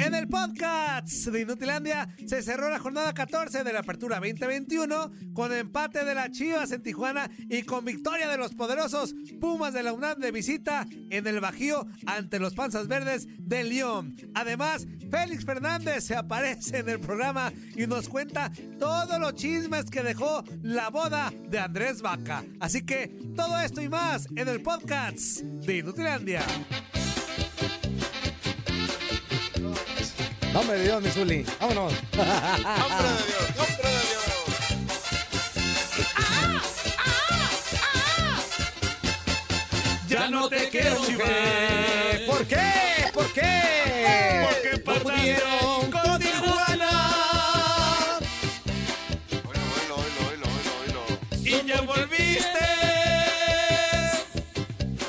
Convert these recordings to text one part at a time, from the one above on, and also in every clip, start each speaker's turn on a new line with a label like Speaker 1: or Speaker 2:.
Speaker 1: En el podcast de Inutilandia se cerró la jornada 14 de la Apertura 2021 con empate de las Chivas en Tijuana y con victoria de los poderosos Pumas de la UNAM de visita en el Bajío ante los Panzas Verdes de León. Además, Félix Fernández se aparece en el programa y nos cuenta todos los chismes que dejó la boda de Andrés Vaca. Así que todo esto y más en el podcast de Inutilandia.
Speaker 2: Hombre de Dios, mi Zuli. Vámonos.
Speaker 3: ¡Hombre de Dios! ¡Hombre de Dios!
Speaker 1: Ya no te quiero
Speaker 2: Eh, ¿Por qué? ¿Por qué?
Speaker 1: Porque partieron con Tijuana
Speaker 3: Oilo, oilo, oilo, oilo, oilo, oilo.
Speaker 1: y ya volviste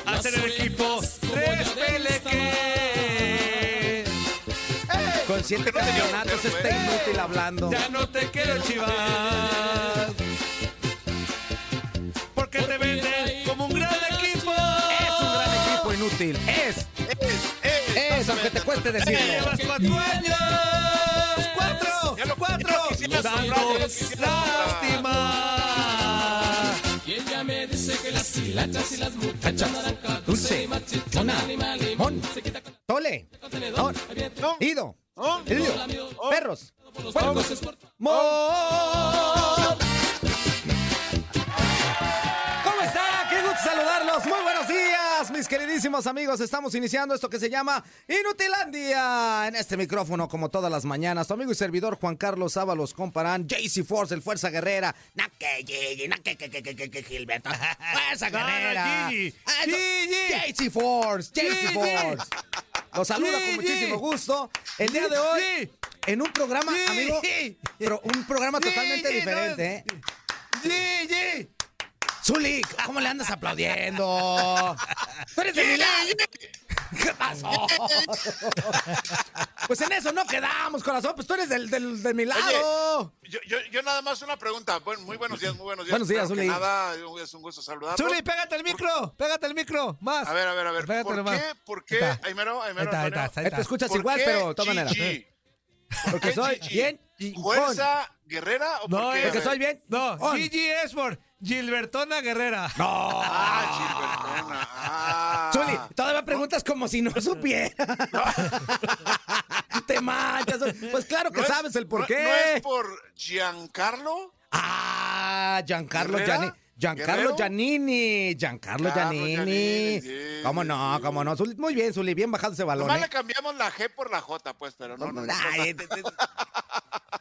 Speaker 1: a ser el equipo tres peleques.
Speaker 2: Con siete campeonatos está inútil hablando.
Speaker 1: Ya no te quiero chivar. Porque te venden como un gran equipo.
Speaker 2: Es un gran equipo inútil. Es,
Speaker 3: ¡Eh!
Speaker 2: es, aunque te cueste
Speaker 1: Ya
Speaker 2: decirlo.
Speaker 1: llevas cuatro años.
Speaker 2: Pues
Speaker 1: Cuatro,
Speaker 3: Ya lo-
Speaker 1: cuatro.
Speaker 3: ya lo quisieras, ya lo
Speaker 1: Dando
Speaker 3: quisieras.
Speaker 1: lástima.
Speaker 2: Dulce. Mona. Mon. Tole. No. Ido. Ilio. Perros. Puercos. Mon. ¿Cómo está? Qué gusto saludarlos. Muy buenos días, mis queridísimos amigos. Estamos iniciando esto que se llama Inutilandia. En este micrófono, como todas las mañanas, tu amigo y servidor Juan Carlos Ábalos comparán JC Force, el Fuerza Guerrera. Na que Gigi, na que, que, que, que, que, que Gilberto. Fuerza
Speaker 1: No, no,
Speaker 2: Guerrera.
Speaker 1: Gigi.
Speaker 2: Ah, eso-
Speaker 1: Gigi.
Speaker 2: JC Force, JC
Speaker 1: Gigi.
Speaker 2: Force. Los saluda con
Speaker 1: Gigi.
Speaker 2: muchísimo gusto. El día de hoy,
Speaker 1: Gigi.
Speaker 2: en un programa,
Speaker 1: Gigi.
Speaker 2: amigo, pero un programa totalmente
Speaker 1: Gigi, no.
Speaker 2: diferente, ¿eh?
Speaker 1: Gigi.
Speaker 2: Zulik, ah, ¿cómo le andas aplaudiendo? ¡Tú eres de Milán! ¿Qué pasó? Pues en eso no quedamos, corazón. Pues tú eres del, del, de mi lado.
Speaker 3: Yo, yo, yo nada más una pregunta. Bueno, muy buenos días, muy buenos días.
Speaker 2: Buenos días,
Speaker 3: Primero que
Speaker 2: Zuli.
Speaker 3: nada, es un gusto saludarlos.
Speaker 1: Zuli, pégate el micro, pégate el micro, más.
Speaker 3: A ver, a ver, a ver.
Speaker 1: Pégate
Speaker 3: ¿Por
Speaker 1: nomás.
Speaker 3: qué? ¿Por qué?
Speaker 1: Ahí está.
Speaker 3: Aymero,
Speaker 1: Ahí
Speaker 3: Aymero,
Speaker 1: está, ahí
Speaker 3: Antonio,
Speaker 1: está, ahí
Speaker 2: Te
Speaker 1: está.
Speaker 2: escuchas
Speaker 3: ¿por
Speaker 2: igual,
Speaker 3: qué
Speaker 2: pero de todas maneras.
Speaker 3: Gigi? ¿Por
Speaker 2: Porque
Speaker 3: qué
Speaker 2: soy
Speaker 3: Gigi?
Speaker 2: bien chingón.
Speaker 3: ¿Fuerza guerrera o por
Speaker 1: No,
Speaker 3: qué? A
Speaker 1: es-
Speaker 2: Porque
Speaker 3: ver.
Speaker 2: soy bien.
Speaker 1: No,
Speaker 2: chingón.
Speaker 1: Gigi es por Gilbertona Guerrera. No.
Speaker 3: Ah, Gilbertona. Ah.
Speaker 2: Zuli, todavía preguntas como si no supiera. Te manchas. Zuli. Pues claro que
Speaker 3: ¿No es-
Speaker 2: sabes el por
Speaker 3: no-
Speaker 2: qué.
Speaker 3: ¿No es por Giancarlo?
Speaker 2: Ah, Giancarlo
Speaker 3: ¿Herrera?
Speaker 2: Giannini. Giancarlo
Speaker 3: ¿Guerrero?
Speaker 2: Giannini. Giancarlo
Speaker 3: Giancarlo
Speaker 2: Giannini.
Speaker 3: Giannini, sí,
Speaker 2: ¿Cómo no?
Speaker 3: sí. Pues
Speaker 2: ¿Cómo no? Zuli, Muy bien, Zuli, bien bajado ese balón.
Speaker 3: Nomás
Speaker 2: ¿eh?
Speaker 3: le cambiamos la G por la J, pues, pero no. No, no,
Speaker 2: Ay, te- te-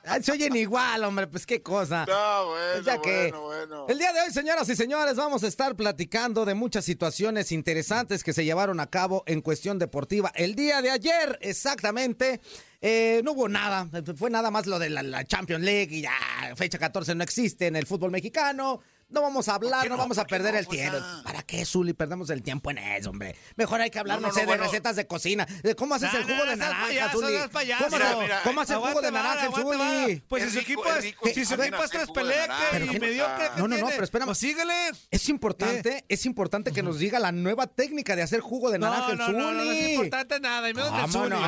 Speaker 2: Ay, se oyen igual, hombre, pues qué cosa. Pues
Speaker 3: No, bueno,
Speaker 2: Ya que-
Speaker 3: bueno, bueno.
Speaker 2: El día de hoy, señoras y señores, vamos a estar platicando de muchas situaciones interesantes que se llevaron a cabo en cuestión deportiva. El día de ayer, exactamente, eh, no hubo nada. Fue nada más lo de la, la Champions League y ya, fecha 14 no existe en el fútbol mexicano. No vamos a hablar, no, vamos a perder el tiempo. ¿Para qué, Zuli? Perdemos el tiempo en eso, hombre. Mejor hay que hablar,
Speaker 3: No,
Speaker 2: no,
Speaker 3: no,
Speaker 2: sé,
Speaker 3: no,
Speaker 2: de
Speaker 3: bueno.
Speaker 2: recetas de cocina. de ¿Cómo haces
Speaker 1: No,
Speaker 2: el jugo
Speaker 1: no,
Speaker 2: de
Speaker 1: no seas
Speaker 2: naranja,
Speaker 1: payaso,
Speaker 2: Zuli?
Speaker 1: no seas payaso.
Speaker 2: ¿Cómo,
Speaker 3: Mira,
Speaker 2: lo-
Speaker 3: mira,
Speaker 2: cómo hace el jugo de naranja el Zuli?
Speaker 1: Pues si
Speaker 3: Es
Speaker 1: su
Speaker 3: rico,
Speaker 1: equipo
Speaker 3: es
Speaker 1: es,
Speaker 3: rico,
Speaker 1: si su
Speaker 3: Chapina,
Speaker 1: equipo es
Speaker 3: qué
Speaker 1: tres
Speaker 3: jugo de naranja.
Speaker 1: peleques
Speaker 2: Pero
Speaker 1: y
Speaker 2: ¿cómo
Speaker 1: mediocre.
Speaker 3: está?
Speaker 2: No,
Speaker 1: ¿qué
Speaker 2: no, no,
Speaker 1: tiene?
Speaker 2: pero espérame.
Speaker 1: Pues síguele. ¿Eh?
Speaker 2: Es importante, es importante que nos diga la nueva técnica de hacer jugo de naranja
Speaker 1: No,
Speaker 2: el
Speaker 1: no, no, no, no es
Speaker 2: Zuli.
Speaker 1: importante nada. Y menos del
Speaker 2: ¿Cómo
Speaker 1: Zuli.
Speaker 2: no?
Speaker 1: es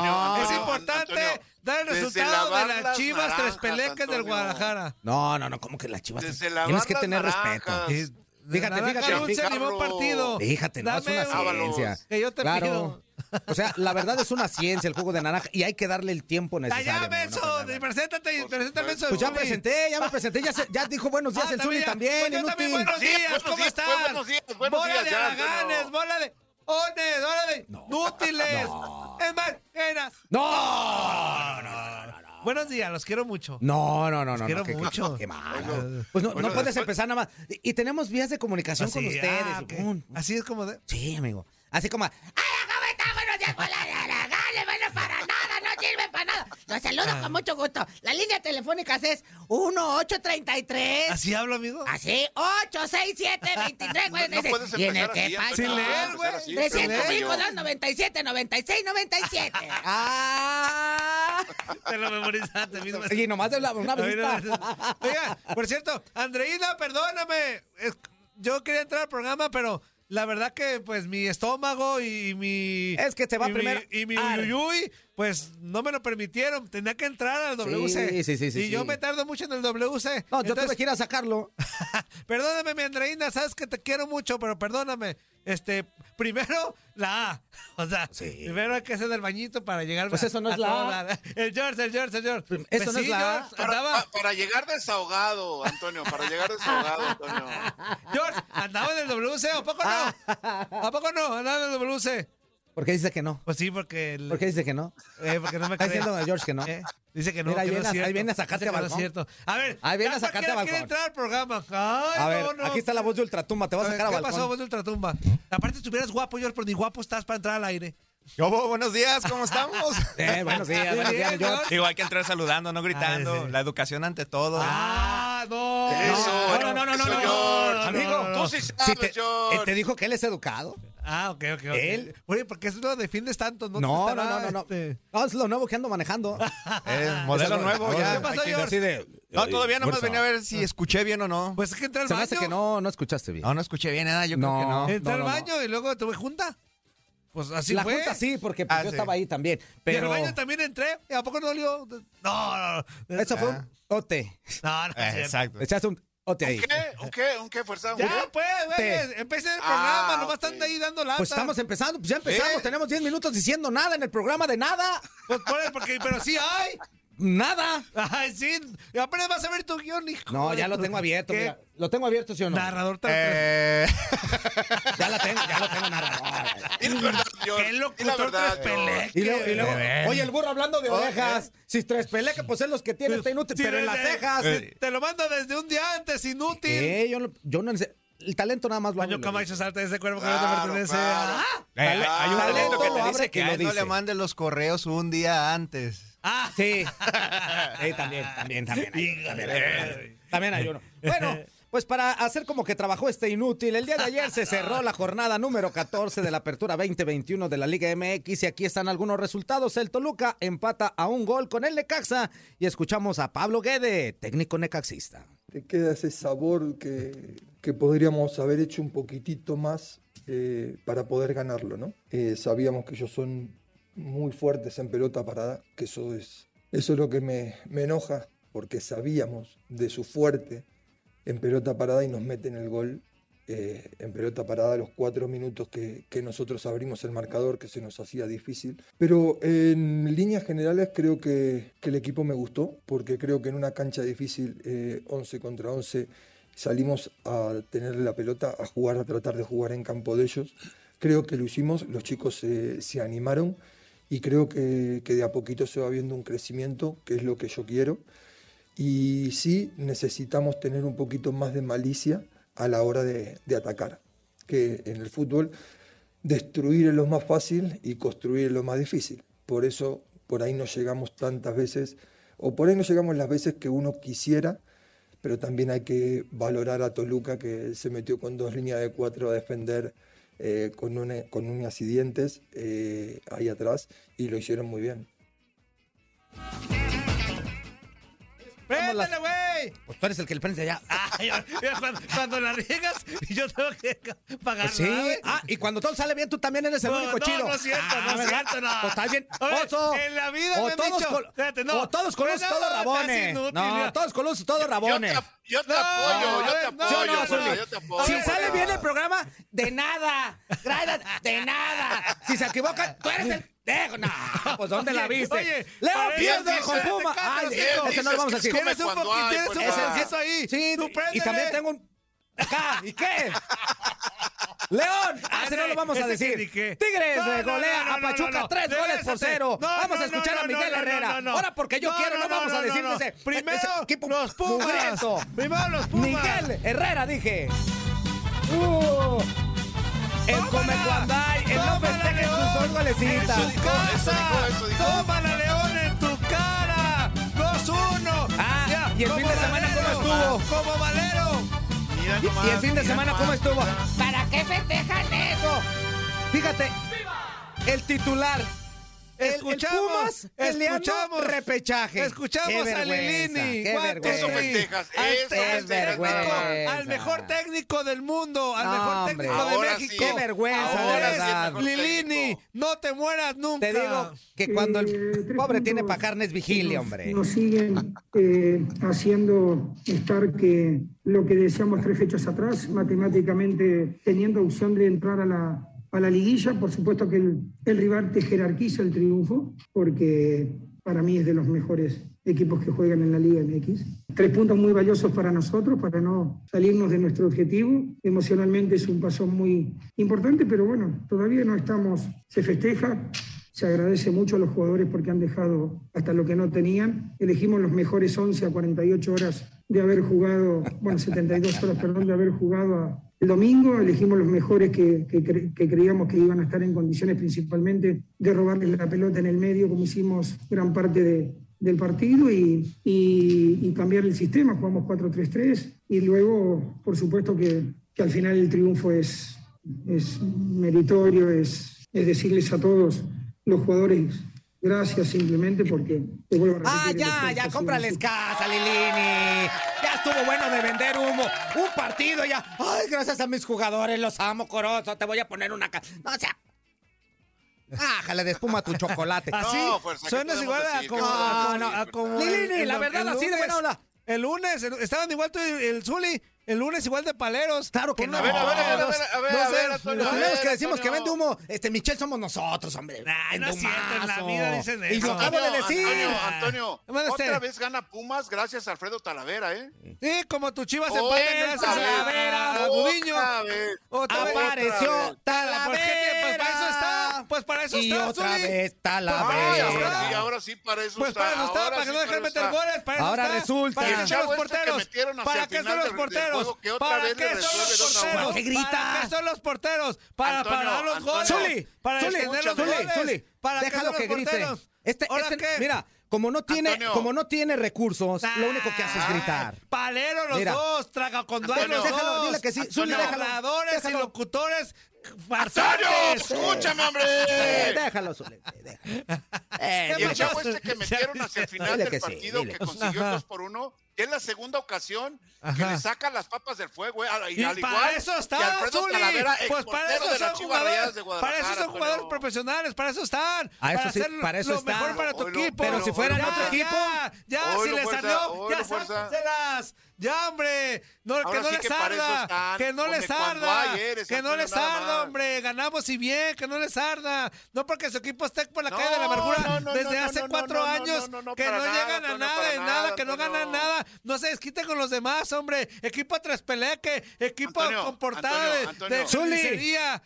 Speaker 3: Antonio,
Speaker 1: importante
Speaker 3: Antonio,
Speaker 1: dar el
Speaker 3: desde
Speaker 1: resultado de
Speaker 3: lavar
Speaker 1: las
Speaker 3: las
Speaker 1: chivas tres
Speaker 3: naranjas,
Speaker 1: peleques del
Speaker 3: Antonio.
Speaker 1: Guadalajara.
Speaker 2: No, no, no, como que las chivas.
Speaker 3: Desde
Speaker 2: te-
Speaker 3: lavar
Speaker 2: Tienes que
Speaker 3: las
Speaker 2: tener
Speaker 3: naranjas.
Speaker 2: respeto. Eh,
Speaker 1: Es-
Speaker 2: Fíjate,
Speaker 1: Naranja
Speaker 2: fíjate,
Speaker 1: dulce
Speaker 2: fíjate.
Speaker 1: animó un partido.
Speaker 2: Fíjate, no, es
Speaker 1: Dame
Speaker 2: una
Speaker 1: un-
Speaker 3: Ábalos.
Speaker 2: ciencia.
Speaker 1: Que yo te
Speaker 2: Claro.
Speaker 1: pido.
Speaker 2: O sea, la verdad es una ciencia el jugo de naranja y hay que darle el tiempo necesario.
Speaker 1: Allá,
Speaker 2: no, no,
Speaker 1: Benzo,
Speaker 2: no, no.
Speaker 1: preséntate, preséntame Benzo.
Speaker 2: Pues ya presenté, ya me presenté, ya, se- ya dijo buenos días
Speaker 1: Ah,
Speaker 2: el Zuli
Speaker 1: ya.
Speaker 2: también,
Speaker 1: Pues yo
Speaker 2: inútil.
Speaker 1: buenos
Speaker 3: Sí,
Speaker 1: días,
Speaker 3: buenos
Speaker 1: ¿cómo
Speaker 3: días,
Speaker 1: están?
Speaker 3: pues, buenos días, buenos
Speaker 1: bola
Speaker 3: días,
Speaker 1: de
Speaker 3: ya,
Speaker 1: haraganes,
Speaker 3: pero-
Speaker 1: bola de ones, bola de nútiles. Es más, era-
Speaker 2: No, no, no,
Speaker 1: Buenos días, los quiero mucho.
Speaker 2: no, no, no, no,
Speaker 1: quiero
Speaker 2: no, qué-
Speaker 1: mucho.
Speaker 2: qué mal.
Speaker 3: Bueno,
Speaker 2: Pues no, no
Speaker 3: bueno,
Speaker 2: puedes
Speaker 3: después-
Speaker 2: empezar nada más. Y, y tenemos vías de comunicación con
Speaker 1: Así,
Speaker 2: ustedes.
Speaker 1: ah, ok.
Speaker 2: Un-
Speaker 1: Así es como de...
Speaker 2: Sí, amigo. Así como, ¡Hola, cómo están? Buenos días, bola de haraganes! Bueno, para nada, no sirve para nada. Los saludo
Speaker 1: Ah.
Speaker 2: con mucho gusto. La línea telefónica es 1833.
Speaker 1: Así hablo, amigo.
Speaker 2: Así, 8, 6, 7, 23,
Speaker 3: No puedes
Speaker 2: 46. Y en el
Speaker 3: empezar
Speaker 2: que
Speaker 3: así, Antonio,
Speaker 2: pasó,
Speaker 3: no puedes empezar
Speaker 1: leer, güey.
Speaker 3: así,
Speaker 1: Sin
Speaker 3: pregúntame
Speaker 2: 305,
Speaker 3: yo.
Speaker 2: 297, 96, 97. ¡Ah!
Speaker 1: Te lo memorizaste, mismo.
Speaker 2: Y nomás de la- una
Speaker 1: A ver,
Speaker 2: vista.
Speaker 1: Oiga, por cierto, Andreina, perdóname. Es- yo quería entrar al programa, pero la verdad que pues mi estómago y, mi...
Speaker 2: Es que te va
Speaker 1: y mi-
Speaker 2: primero.
Speaker 1: Y mi
Speaker 2: Ar.
Speaker 1: uyuyuy, pues no me lo permitieron. Tenía que entrar al WC.
Speaker 2: sí, sí, sí,
Speaker 1: Y yo
Speaker 2: sí.
Speaker 1: me tardo mucho en el WC.
Speaker 2: No, yo
Speaker 1: Entonces,
Speaker 2: tuve que ir a sacarlo.
Speaker 1: Perdóname, mi Andreina, sabes que te quiero mucho, pero perdóname. Este, primero la A. O sea, primero hay que hacer el bañito para llegar
Speaker 2: Pues
Speaker 1: a-
Speaker 2: eso no
Speaker 1: a
Speaker 2: es la
Speaker 1: toda
Speaker 2: A.
Speaker 1: El George, el George, el George.
Speaker 2: Prim- eso no es la A.
Speaker 1: George,
Speaker 3: Para,
Speaker 1: andaba,
Speaker 3: pa- para llegar desahogado, Antonio, para llegar desahogado, Antonio.
Speaker 1: George, andaba en el WC, ¿a poco no? ¿A poco no? Andaba en el WC.
Speaker 2: ¿Por qué dice que no?
Speaker 1: Pues sí, porque... el-
Speaker 2: ¿Por qué dice que no?
Speaker 1: eh, porque no me
Speaker 2: Está
Speaker 1: cree.
Speaker 2: diciendo a George que no.
Speaker 1: Eh, Dice que no,
Speaker 2: Mira, ahí
Speaker 1: que no
Speaker 2: viene
Speaker 1: es
Speaker 2: a-
Speaker 1: cierto.
Speaker 2: ahí viene a sacarte
Speaker 1: Dice que no es
Speaker 2: balcón.
Speaker 1: cierto. A ver,
Speaker 2: Ahí viene
Speaker 1: ya
Speaker 2: a sacarte
Speaker 1: cualquiera
Speaker 2: a
Speaker 1: quiere
Speaker 2: balcón.
Speaker 1: entrar al programa. Ay,
Speaker 2: A ver,
Speaker 1: no, no.
Speaker 2: aquí está la voz de Ultratumba, te va a sacar a
Speaker 1: ¿Qué
Speaker 2: balcón.
Speaker 1: pasó vos de Ultratumba? Aparte estuvieras guapo, George, pero ni guapo estás para entrar al aire.
Speaker 4: Yo, buenos días, ¿cómo estamos?
Speaker 2: Eh, buenos días, buenos días,
Speaker 1: George.
Speaker 2: George.
Speaker 4: Digo, hay que entrar saludando, no gritando.
Speaker 1: Ah, sí.
Speaker 4: La educación ante todo.
Speaker 1: Ah, no.
Speaker 3: Eso,
Speaker 4: no, no, no, no,
Speaker 3: eso,
Speaker 4: no,
Speaker 3: George.
Speaker 1: no, no,
Speaker 3: Amigo,
Speaker 1: no.
Speaker 3: tú sí
Speaker 2: Si
Speaker 3: sabes,
Speaker 2: te,
Speaker 3: George.
Speaker 2: eh, te dijo que él es educado.
Speaker 1: Ah, ok, ok, ok.
Speaker 2: Él-
Speaker 1: Oye, ¿por qué eso lo defiendes tanto? No,
Speaker 2: No,
Speaker 1: Te
Speaker 2: no,
Speaker 1: estará,
Speaker 2: no, no. No,
Speaker 1: este,
Speaker 2: No, es lo nuevo que ando manejando.
Speaker 1: Ah,
Speaker 4: Es modelo nuevo, ya.
Speaker 1: ¿Qué pasó,
Speaker 4: Hay que-
Speaker 1: George?
Speaker 2: Así de-
Speaker 4: No, todavía nomás
Speaker 2: Fuerza.
Speaker 4: venía a ver si escuché bien o no.
Speaker 1: Pues es que entra al
Speaker 2: Se me
Speaker 1: baño.
Speaker 2: hace que no, no escuchaste bien.
Speaker 4: No, no escuché bien, nada, yo
Speaker 2: No.
Speaker 4: creo que no.
Speaker 2: Eh,
Speaker 1: Entra
Speaker 2: no,
Speaker 1: al
Speaker 2: no,
Speaker 1: baño y luego tuve junta. Pues así
Speaker 2: la
Speaker 1: fue.
Speaker 2: junta sí, porque pues,
Speaker 4: Ah,
Speaker 2: yo
Speaker 4: sí.
Speaker 2: estaba ahí también.
Speaker 1: Y al
Speaker 2: Pero
Speaker 1: baño también entré. ¿Y a poco no olió? No, no, no.
Speaker 2: eso fue
Speaker 4: Ah.
Speaker 2: un ote.
Speaker 1: No, no, es
Speaker 4: Eh,
Speaker 1: cierto.
Speaker 4: Exacto.
Speaker 2: Echaste un ote ahí.
Speaker 3: ¿Qué? ¿Un qué? ¿Un qué, fuerza? ¿Un
Speaker 1: Ya,
Speaker 3: qué?
Speaker 1: pues, güey.
Speaker 2: Te-
Speaker 1: Empecé el programa.
Speaker 3: Ah,
Speaker 1: nomás
Speaker 3: ok.
Speaker 1: están de ahí dando lata.
Speaker 2: Pues estamos empezando, pues ya empezamos.
Speaker 4: Eh.
Speaker 2: Tenemos 10 minutos diciendo nada en el programa de nada.
Speaker 1: Pues por- porque, pero sí hay.
Speaker 2: Nada.
Speaker 1: Ay, sí. Y apenas vas a ver tu guión, hijo.
Speaker 2: No,
Speaker 1: de
Speaker 2: ya lo
Speaker 1: tu-
Speaker 2: tengo abierto.
Speaker 1: ¿Qué?
Speaker 2: mira. Lo tengo abierto, ¿sí o no?
Speaker 1: Narrador tan
Speaker 4: Eh,
Speaker 2: Ya la tengo, ya lo tengo narrador.
Speaker 3: Di la verdad, George.
Speaker 1: Qué
Speaker 3: Di la
Speaker 1: locutor
Speaker 3: verdad,
Speaker 1: tres
Speaker 3: George.
Speaker 1: peleas.
Speaker 2: Y luego, y luego,
Speaker 4: Eh.
Speaker 2: oye, el burro hablando de orejas. Si tres peleca, pues es los que tiene, está inútil.
Speaker 1: Sí,
Speaker 2: pero en las
Speaker 1: desde-
Speaker 2: cejas.
Speaker 1: sí, Te lo mando desde un día antes, inútil.
Speaker 2: Eh, yo, no- yo no sé. El talento nada más lo hago.
Speaker 1: Baño
Speaker 2: y lo
Speaker 1: Camacho salta de ese cuerpo que no te
Speaker 3: Claro,
Speaker 1: pertenece.
Speaker 3: claro.
Speaker 1: Ah,
Speaker 4: eh, hay, hay un
Speaker 2: Talento
Speaker 4: talento que
Speaker 2: lo
Speaker 4: te
Speaker 2: abre
Speaker 4: dice que
Speaker 2: quien lo
Speaker 4: a él no
Speaker 2: dice.
Speaker 4: le mande los correos un día antes.
Speaker 1: ah,
Speaker 2: Sí. Sí, también, también, también. Hay, también, hay, también, también hay uno. Bueno, pues para hacer como que trabajó este inútil, el día de ayer se cerró la jornada número 14 de la apertura 2021 de la Liga MX y aquí están algunos resultados. El Toluca empata a un gol con el Necaxa y escuchamos a Pablo Guede, técnico necaxista.
Speaker 5: te queda ese sabor que, que podríamos haber hecho un poquitito más eh, para poder ganarlo, ¿no? Eh, sabíamos que ellos son muy fuertes en pelota parada, que eso es, eso es lo que me, me enoja, porque sabíamos de su fuerte en pelota parada y nos meten el gol eh, en pelota parada a los cuatro minutos que, que nosotros abrimos el marcador, que se nos hacía difícil. Pero en líneas generales creo que, que el equipo me gustó, porque creo que en una cancha difícil, eh, 11 contra 11, salimos a tener la pelota, a jugar, a tratar de jugar en campo de ellos. Creo que lo hicimos, los chicos eh, se animaron y creo que, que de a poquito se va viendo un crecimiento, que es lo que yo quiero. Y sí, necesitamos tener un poquito más de malicia a la hora de, de atacar. Que en el fútbol destruir es lo más fácil y construir es lo más difícil. Por eso por ahí no llegamos tantas veces, o por ahí no llegamos las veces que uno quisiera, pero también hay que valorar a Toluca que se metió con dos líneas de cuatro a defender eh, con, une- con uñas y dientes eh, ahí atrás y lo hicieron muy bien.
Speaker 2: Somos
Speaker 1: ¡Préndele,
Speaker 2: las-
Speaker 1: güey!
Speaker 2: Pues tú eres el que le prende allá.
Speaker 1: Ay, mira, cuando, cuando la riegas, yo tengo que pagar.
Speaker 2: Pues sí. Ah, y cuando todo sale bien, tú también eres el
Speaker 1: No,
Speaker 2: único
Speaker 1: no,
Speaker 2: chido.
Speaker 1: no es cierto,
Speaker 2: Ah,
Speaker 1: no es
Speaker 2: ¿verdad?
Speaker 1: cierto, no.
Speaker 2: Pues está bien.
Speaker 1: A ver,
Speaker 2: Oso.
Speaker 1: en la vida
Speaker 2: o
Speaker 1: me han
Speaker 2: todos
Speaker 1: dicho-
Speaker 2: col-
Speaker 1: Espérate, no.
Speaker 2: O todos colosos,
Speaker 1: Fernando,
Speaker 2: todos
Speaker 1: estás
Speaker 2: rabones.
Speaker 1: inútil, mira.
Speaker 2: no, todos colosos, todos
Speaker 3: Yo
Speaker 2: rabones.
Speaker 3: te, ap- yo te
Speaker 1: No,
Speaker 3: apoyo, yo
Speaker 1: a
Speaker 3: te
Speaker 1: ver, no,
Speaker 3: apoyo,
Speaker 1: no,
Speaker 3: Zuli,
Speaker 1: no.
Speaker 3: yo te apoyo.
Speaker 2: Si sale bien el programa, de nada. Gracias, de nada. Si se equivocan, tú eres el. de- No, pues ¿dónde la
Speaker 1: Oye,
Speaker 2: viste?
Speaker 1: oye,
Speaker 2: Leo
Speaker 1: parece-
Speaker 2: pierde
Speaker 3: dice-
Speaker 2: con Puma. Ay,
Speaker 1: Cállate,
Speaker 3: Bien,
Speaker 2: ese
Speaker 3: dices
Speaker 2: no lo vamos a
Speaker 3: que
Speaker 2: decir.
Speaker 3: come
Speaker 1: Tienes un
Speaker 3: cuando
Speaker 1: poquito,
Speaker 3: hay,
Speaker 1: tienes un
Speaker 3: cuando hay.
Speaker 1: eso ahí.
Speaker 2: Sí,
Speaker 1: Tú
Speaker 2: y
Speaker 1: préndele.
Speaker 2: también tengo un. Acá, ¿y qué? León, ah, ese no lo vamos a
Speaker 1: Ese que ni
Speaker 2: decir.
Speaker 1: qué.
Speaker 2: Tigres
Speaker 1: No,
Speaker 2: eh,
Speaker 1: no,
Speaker 2: golea
Speaker 1: no, no,
Speaker 2: a
Speaker 1: no,
Speaker 2: Pachuca
Speaker 1: no.
Speaker 2: tres goles por
Speaker 1: Regrésate.
Speaker 2: cero.
Speaker 1: No,
Speaker 2: vamos
Speaker 1: no,
Speaker 2: a escuchar
Speaker 1: no,
Speaker 2: a
Speaker 1: no,
Speaker 2: Miguel
Speaker 1: no, no,
Speaker 2: Herrera.
Speaker 1: no, no.
Speaker 2: Ahora porque yo quiero no, vamos a decir
Speaker 1: no.
Speaker 2: ese-
Speaker 1: Primero,
Speaker 2: ese equipo
Speaker 1: los Pumas.
Speaker 2: mugriento.
Speaker 1: Primero los Pumas.
Speaker 2: Miguel Herrera dije. Uh, el
Speaker 1: Tómala.
Speaker 2: Come Guanday, el no
Speaker 1: Tómala,
Speaker 2: festeje
Speaker 1: León.
Speaker 2: sus dos golecitas.
Speaker 3: Eso dijo, eso dijo, eso dijo.
Speaker 1: Toma la León en tu cara. 2-1.
Speaker 2: Ah,
Speaker 1: Ya,
Speaker 2: y el
Speaker 1: como
Speaker 2: fin de semana, ¿cómo
Speaker 1: Valero,
Speaker 2: estuvo?
Speaker 1: Como Valero.
Speaker 3: Mira
Speaker 2: Y-
Speaker 3: nomás,
Speaker 2: ¿Y el fin de
Speaker 3: mira
Speaker 2: semana
Speaker 3: nomás.
Speaker 2: cómo estuvo?
Speaker 6: ¿Para qué festejan eso?
Speaker 2: Fíjate, el titular. El, el
Speaker 1: Escuchamos,
Speaker 2: Pumas peleando
Speaker 1: escuchamos,
Speaker 2: repechaje.
Speaker 1: Escuchamos
Speaker 2: Qué
Speaker 1: a
Speaker 2: vergüenza,
Speaker 1: Lilini.
Speaker 2: qué
Speaker 1: Guantes
Speaker 2: vergüenza.
Speaker 3: Eso festejas, eso
Speaker 1: al,
Speaker 3: festejas
Speaker 1: técnico,
Speaker 2: vergüenza.
Speaker 1: al mejor técnico del mundo, al
Speaker 2: No,
Speaker 1: mejor
Speaker 2: hombre.
Speaker 1: técnico de
Speaker 3: Ahora
Speaker 1: México.
Speaker 3: sí. Qué
Speaker 2: vergüenza,
Speaker 1: Ahora
Speaker 2: de
Speaker 1: es
Speaker 2: verdad.
Speaker 1: Lilini, no te mueras nunca.
Speaker 2: Te digo que cuando el pobre tiene para carnes, vigile, hombre.
Speaker 7: Nos siguen eh, haciendo estar que lo que decíamos tres fechas atrás, matemáticamente teniendo opción de entrar a la, a la liguilla, por supuesto que el, el rival te jerarquiza el triunfo, porque para mí es de los mejores equipos que juegan en la Liga MX. Tres puntos muy valiosos para nosotros, para no salirnos de nuestro objetivo. Emocionalmente es un paso muy importante, pero bueno, todavía no estamos, se festeja, se agradece mucho a los jugadores porque han dejado hasta lo que no tenían. Elegimos los mejores 11 a 48 horas de haber jugado, bueno, 72 horas, perdón, de haber jugado a- el domingo. Elegimos los mejores que, que cre- que creíamos que iban a estar en condiciones principalmente de robarles la pelota en el medio, como hicimos gran parte de- del partido, y, y- y cambiar el sistema. Jugamos 4-3-3 y luego, por supuesto, que, que al final el triunfo es, es meritorio, es, es decirles a todos los jugadores gracias simplemente porque te vuelvo a
Speaker 2: Ah,
Speaker 7: repetir, el
Speaker 2: ya,
Speaker 7: esfuerzo ha
Speaker 2: ya,
Speaker 7: sido
Speaker 2: cómprales
Speaker 7: mucho.
Speaker 2: casa, Lilini. Ya estuvo bueno de vender humo. Un partido ya. Ay, gracias a mis jugadores, los amo, Corozo. Te voy a poner una casa. No, o sea. Ájale de espuma tu chocolate.
Speaker 1: Así
Speaker 3: No, fuerza, ¿qué
Speaker 1: suenas
Speaker 3: podemos
Speaker 1: ¿Ah, igual a
Speaker 3: decir?
Speaker 1: como,
Speaker 3: ¿Qué
Speaker 1: a
Speaker 3: podemos
Speaker 1: como-
Speaker 3: decir?
Speaker 1: a como
Speaker 2: Lilini, la
Speaker 1: lo-
Speaker 2: verdad, así de buena ola.
Speaker 1: El lunes, el- estaban igual tú y el Zuli, el lunes igual de paleros.
Speaker 2: Claro que
Speaker 1: Con
Speaker 2: no.
Speaker 1: una-
Speaker 3: A ver, a ver,
Speaker 1: dos-
Speaker 3: a ver, a ver,
Speaker 1: dos
Speaker 3: a ver,
Speaker 1: ceros.
Speaker 3: Antonio,
Speaker 2: Los
Speaker 3: a ver.
Speaker 2: primeros que decimos que
Speaker 3: Antonio.
Speaker 2: vende humo, este Michel somos nosotros, hombre.
Speaker 1: Ay, no es cierto, en la
Speaker 2: Vendumazo.
Speaker 1: vida dicen
Speaker 2: Y
Speaker 1: eso.
Speaker 2: lo acabo de
Speaker 3: Antonio,
Speaker 2: decir.
Speaker 3: Antonio,
Speaker 1: Mande
Speaker 3: Antonio,
Speaker 1: usted.
Speaker 3: otra vez gana Pumas gracias a Alfredo Talavera, ¿eh?
Speaker 1: este. Sí, como tu chivas
Speaker 3: Otra
Speaker 1: empate gracias
Speaker 3: vez.
Speaker 1: a la a Gudiño.
Speaker 3: Otra vez.
Speaker 1: Otra vez.
Speaker 2: Apareció Talavera.
Speaker 1: Pues, ¿qué te- pues para eso está, pues para eso
Speaker 2: y
Speaker 1: está,
Speaker 2: otra
Speaker 1: Zuli.
Speaker 2: vez
Speaker 1: Ay,
Speaker 3: Ay, ahora
Speaker 1: ya está.
Speaker 3: sí,
Speaker 2: Talavera.
Speaker 3: ahora sí para eso
Speaker 1: Pues
Speaker 3: está.
Speaker 1: para eso está,
Speaker 3: ahora
Speaker 1: para
Speaker 3: sí,
Speaker 1: que no dejen
Speaker 3: para eso
Speaker 1: meter
Speaker 3: está.
Speaker 1: goles. Para eso
Speaker 2: Ahora
Speaker 1: está.
Speaker 2: resulta.
Speaker 1: ¿Para
Speaker 2: Y el
Speaker 1: qué son
Speaker 3: chavo
Speaker 1: los
Speaker 3: este que
Speaker 1: porteros?
Speaker 3: metieron hacia
Speaker 1: ¿Para
Speaker 3: el
Speaker 1: qué
Speaker 3: final
Speaker 1: son los
Speaker 3: del- del
Speaker 1: porteros?
Speaker 3: juego, que otra
Speaker 1: ¿Para
Speaker 3: vez le
Speaker 1: qué son los
Speaker 3: resuelven otra
Speaker 1: porteros?
Speaker 3: jugada.
Speaker 2: ¿Qué grita?
Speaker 1: ¿Para qué son los porteros? Para
Speaker 3: Antonio,
Speaker 1: parar los
Speaker 3: Antonio.
Speaker 1: goles.
Speaker 2: Zuli,
Speaker 1: para
Speaker 2: Zuli,
Speaker 1: detener los
Speaker 3: escúchame.
Speaker 2: Zuli,
Speaker 1: goles.
Speaker 2: Zuli,
Speaker 1: ¿Para qué son
Speaker 2: déjalo
Speaker 1: los
Speaker 2: que grite.
Speaker 1: porteros?
Speaker 2: Este,
Speaker 1: ¿Ahora
Speaker 2: este-
Speaker 1: qué?
Speaker 2: mira, como no tiene,
Speaker 3: Antonio. Ah.
Speaker 2: como no tiene recursos, lo único que hace es gritar.
Speaker 1: Ay, Palero los
Speaker 2: Mira.
Speaker 1: dos, traga con los
Speaker 3: Antonio,
Speaker 1: dos.
Speaker 2: déjalo, dile que sí. Zuli, déjalo,
Speaker 1: Habladores
Speaker 2: déjalo.
Speaker 1: y locutores
Speaker 3: ¡Antonio!
Speaker 1: farsantes.
Speaker 3: ¡Escúchame, hombre!
Speaker 2: Eh, déjalo, Zuli, eh, déjalo. Eh,
Speaker 3: Y el
Speaker 2: déjalo.
Speaker 3: chavo este que metieron hacia el final
Speaker 2: Dile
Speaker 3: del
Speaker 2: que sí,
Speaker 3: partido
Speaker 2: dile.
Speaker 3: que consiguió el
Speaker 1: Ajá.
Speaker 3: 2 por 1, es la segunda ocasión que
Speaker 1: Ajá.
Speaker 3: le saca las papas del fuego. eh, al,
Speaker 1: Y
Speaker 3: al igual
Speaker 1: para eso
Speaker 3: que
Speaker 1: está
Speaker 3: Alfredo
Speaker 1: Zuli.
Speaker 3: Talavera,
Speaker 1: Pues para
Speaker 3: exportero
Speaker 1: eso
Speaker 3: de
Speaker 1: son
Speaker 3: las Chivas Rayadas de
Speaker 1: jugadores, para eso son
Speaker 3: Guadalajara,
Speaker 1: jugadores
Speaker 3: Antonio.
Speaker 1: profesionales, para eso están.
Speaker 2: Ah, eso
Speaker 1: para
Speaker 2: sí,
Speaker 1: hacer
Speaker 2: para eso
Speaker 1: lo
Speaker 2: están.
Speaker 1: mejor para tu
Speaker 3: Oílo,
Speaker 1: equipo.
Speaker 3: Pero si fueran
Speaker 1: Ya,
Speaker 2: otro equipo.
Speaker 1: Ya, ya,
Speaker 3: Oílo,
Speaker 1: si le
Speaker 3: fuerza,
Speaker 1: salió,
Speaker 3: oílo,
Speaker 1: ya
Speaker 3: fuerza.
Speaker 1: sáquenselas. Ya, hombre, no, que
Speaker 3: Ahora
Speaker 1: no
Speaker 3: sí
Speaker 1: les
Speaker 3: que para eso
Speaker 1: arda,
Speaker 3: están,
Speaker 1: que no
Speaker 3: come
Speaker 1: les
Speaker 3: cuando
Speaker 1: arda,
Speaker 3: hay, eres,
Speaker 1: que no
Speaker 3: Antonio,
Speaker 1: les
Speaker 3: nada
Speaker 1: arda,
Speaker 3: más.
Speaker 1: hombre, ganamos y bien, que no les arda, no porque su equipo esté por la
Speaker 3: No,
Speaker 1: calle de la
Speaker 3: no,
Speaker 1: amargura
Speaker 3: no,
Speaker 1: desde
Speaker 3: no,
Speaker 1: hace
Speaker 3: no, no,
Speaker 1: cuatro
Speaker 3: no, no,
Speaker 1: años,
Speaker 3: no, no,
Speaker 1: que
Speaker 3: para
Speaker 1: no
Speaker 3: nada,
Speaker 1: llegan a
Speaker 3: Antonio,
Speaker 1: nada,
Speaker 3: para
Speaker 1: de nada,
Speaker 3: nada,
Speaker 1: que no
Speaker 3: Antonio.
Speaker 1: ganan nada, no se desquiten con los demás, hombre, equipo tras peleque, equipo
Speaker 3: Antonio,
Speaker 1: comportado
Speaker 3: Antonio,
Speaker 1: de-
Speaker 3: Antonio.
Speaker 1: de
Speaker 2: Zuli.
Speaker 1: carnicería.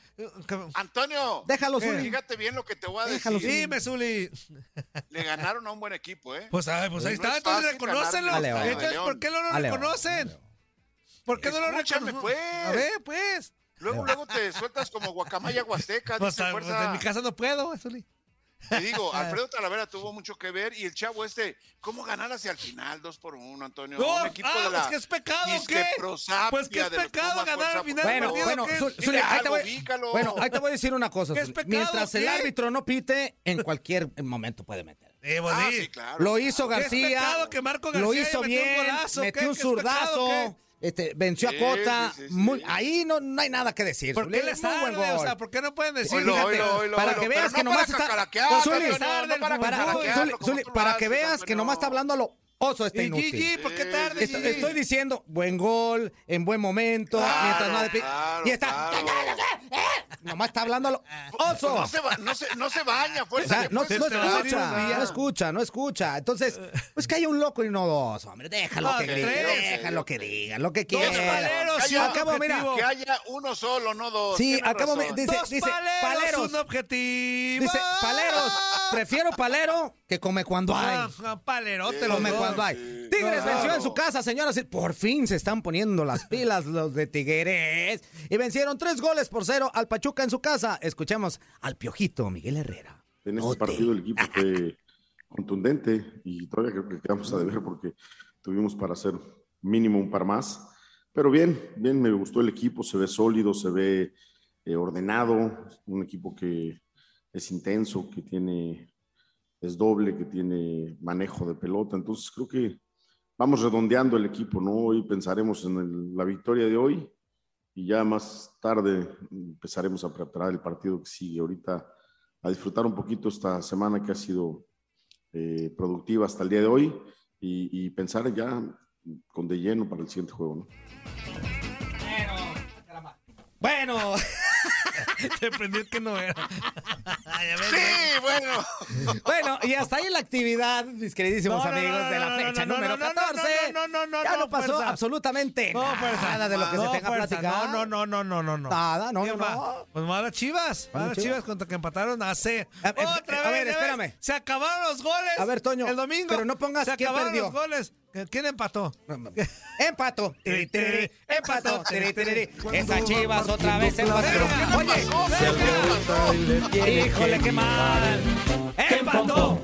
Speaker 3: Antonio,
Speaker 2: Déjalo, Zuli.
Speaker 3: fíjate bien lo que te voy a
Speaker 2: Déjalo,
Speaker 3: decir.
Speaker 1: Dime, Zuli.
Speaker 3: Le ganaron a un buen equipo, ¿eh?
Speaker 1: Pues, ay, pues ahí
Speaker 3: No es
Speaker 1: está, entonces
Speaker 3: fácil
Speaker 1: reconócelo.
Speaker 2: ganarle a León.
Speaker 1: Entonces, ¿por qué no lo
Speaker 2: A León.
Speaker 1: reconocen? ¿Por qué no lo
Speaker 3: Escúchame,
Speaker 1: reconocen?
Speaker 3: pues.
Speaker 1: A ver, pues.
Speaker 3: Luego, luego te sueltas como guacamaya huasteca,
Speaker 1: Pues,
Speaker 3: dice
Speaker 1: ah, pues,
Speaker 3: fuerza.
Speaker 1: en mi casa Ah. no puedo, eh, Zuli.
Speaker 3: Te digo, Alfredo Talavera tuvo mucho que ver y el chavo este, ¿cómo ganar hacia el final? Dos por uno, Antonio.
Speaker 1: No,
Speaker 3: un equipo
Speaker 1: ah,
Speaker 3: de la
Speaker 1: pues, que es pecado,
Speaker 3: disque
Speaker 1: ¿qué?
Speaker 3: prosapia
Speaker 1: Pues, que es
Speaker 3: de los
Speaker 1: pecado
Speaker 3: Pumas,
Speaker 1: ganar
Speaker 3: fuerza,
Speaker 1: al final
Speaker 3: por
Speaker 1: del
Speaker 2: Bueno,
Speaker 3: favor.
Speaker 1: partido,
Speaker 2: bueno,
Speaker 1: ¿qué?
Speaker 2: Zul-
Speaker 1: Dile
Speaker 2: Zuli, ahí te
Speaker 3: algo,
Speaker 2: voy,
Speaker 3: ubícalo.
Speaker 2: bueno, ahí te voy a decir una cosa.
Speaker 1: ¿Qué es
Speaker 2: Zuli.
Speaker 1: pecado,
Speaker 2: Mientras el
Speaker 1: qué?
Speaker 2: árbitro no pite, en cualquier momento puede meter.
Speaker 1: Ah, sí,
Speaker 3: claro.
Speaker 2: Lo hizo
Speaker 1: ¿Qué es
Speaker 2: García.
Speaker 1: pecado que Marco
Speaker 2: lo
Speaker 1: García
Speaker 2: hizo
Speaker 1: haya metido
Speaker 2: bien.
Speaker 1: un golazo?
Speaker 2: metió
Speaker 1: ¿Qué?
Speaker 2: un
Speaker 1: ¿Qué es pecado?
Speaker 2: zurdazo. este, venció
Speaker 1: Sí,
Speaker 2: a Cota.
Speaker 1: sí, sí,
Speaker 2: Muy- ahí no, no hay nada que decir.
Speaker 1: ¿Por qué
Speaker 2: Zuli,
Speaker 1: les
Speaker 2: muy buen
Speaker 1: arde? O
Speaker 2: gol.
Speaker 1: sea, ¿por qué no pueden decir?
Speaker 2: Oilo,
Speaker 1: Fíjate,
Speaker 2: oilo, oilo,
Speaker 1: para
Speaker 2: oilo,
Speaker 1: que
Speaker 2: pero
Speaker 1: veas
Speaker 2: no
Speaker 1: que nomás
Speaker 2: para
Speaker 1: está.
Speaker 2: cacaraquear,
Speaker 1: Pues, Zuli,
Speaker 2: campeón, no,
Speaker 1: tarde
Speaker 2: no
Speaker 1: el
Speaker 2: para
Speaker 1: fútbol.
Speaker 2: cacaraquear,
Speaker 1: Zuli,
Speaker 2: como
Speaker 1: Zuli,
Speaker 2: tú lo
Speaker 1: para
Speaker 2: haces,
Speaker 1: que veas que nomás está hablando a lo oso este
Speaker 2: Y
Speaker 1: inútil.
Speaker 2: Gigi, ¿por
Speaker 1: qué tarde?
Speaker 2: Est- Estoy diciendo buen gol, en buen momento, mientras no despi- Y está. Nomás está hablando a lo oso.
Speaker 3: No se, ba- no se, no se baña,
Speaker 2: O
Speaker 3: fuerza.
Speaker 2: sea,
Speaker 3: que
Speaker 2: no, no
Speaker 3: fuerza.
Speaker 2: escucha, no escucha, no escucha. Entonces, pues que haya un loco y no dos, hombre. Déjalo
Speaker 3: No,
Speaker 2: que
Speaker 3: tres.
Speaker 2: diga, déjalo que diga, lo que quiera.
Speaker 3: paleros,
Speaker 2: Acabo,
Speaker 1: Ah,
Speaker 3: ya,
Speaker 2: mira,
Speaker 3: Que haya uno solo, no dos.
Speaker 2: Sí,
Speaker 3: Tienes
Speaker 2: acabo,
Speaker 3: razón.
Speaker 2: dice, dice, paleros, Dice, paleros, prefiero palero que come cuando hay.
Speaker 1: Ah, palerote los
Speaker 2: Come
Speaker 1: dos.
Speaker 2: cuando hay. Tigres
Speaker 1: Claro.
Speaker 2: venció en su casa, señoras. y- Por fin se están poniendo las pilas los de Tigres. Y vencieron tres goles por cero al Pachuca en su casa. Escuchemos al Piojito Miguel Herrera.
Speaker 8: En ese partido el equipo fue contundente y todavía creo que quedamos a deber porque tuvimos para hacer mínimo un par más. Pero bien, bien, me gustó el equipo, se ve sólido, se ve eh, ordenado, un equipo que es intenso, que tiene es doble, que tiene manejo de pelota. Entonces creo que vamos redondeando el equipo, ¿no? Hoy pensaremos en el- la victoria de hoy y ya más tarde empezaremos a preparar el partido que sigue. Ahorita a disfrutar un poquito esta semana que ha sido eh, productiva hasta el día de hoy y, y pensar ya con de lleno para el siguiente juego, ¿no?
Speaker 2: Bueno.
Speaker 1: Te prendió que no era.
Speaker 3: Sí, bueno.
Speaker 2: Bueno, y hasta ahí la actividad, mis queridísimos
Speaker 1: No, no,
Speaker 2: amigos,
Speaker 1: no,
Speaker 2: de la
Speaker 1: no, no,
Speaker 2: fecha
Speaker 1: no, no,
Speaker 2: número
Speaker 1: no, no,
Speaker 2: 14.
Speaker 1: no, no, no,
Speaker 2: ya
Speaker 1: no,
Speaker 2: no pasó
Speaker 1: fuerza.
Speaker 2: absolutamente
Speaker 1: No, fuerza.
Speaker 2: nada de lo que se
Speaker 1: No,
Speaker 2: tenga
Speaker 1: fuerza.
Speaker 2: platicado.
Speaker 1: No, no, no, no, no, no.
Speaker 2: Nada, no,
Speaker 1: ¿Qué
Speaker 2: no,
Speaker 1: va?
Speaker 2: no.
Speaker 1: Pues malas chivas.
Speaker 2: Malas
Speaker 1: Malas
Speaker 2: Chivas.
Speaker 1: chivas contra que empataron hace. Otra vez.
Speaker 2: a ver,
Speaker 1: ya ves,
Speaker 2: espérame.
Speaker 1: Se acabaron los goles.
Speaker 2: A ver, Toño,
Speaker 1: El domingo.
Speaker 2: pero no pongas
Speaker 1: Se
Speaker 2: quién
Speaker 1: acabaron
Speaker 2: perdió.
Speaker 1: los goles. ¿Quién empató?
Speaker 2: Empato. Tiri, tiri, Empato. tiri, tiri, tiri. Esas chivas otra vez empataron. Oye, híjole, qué mal. Empató.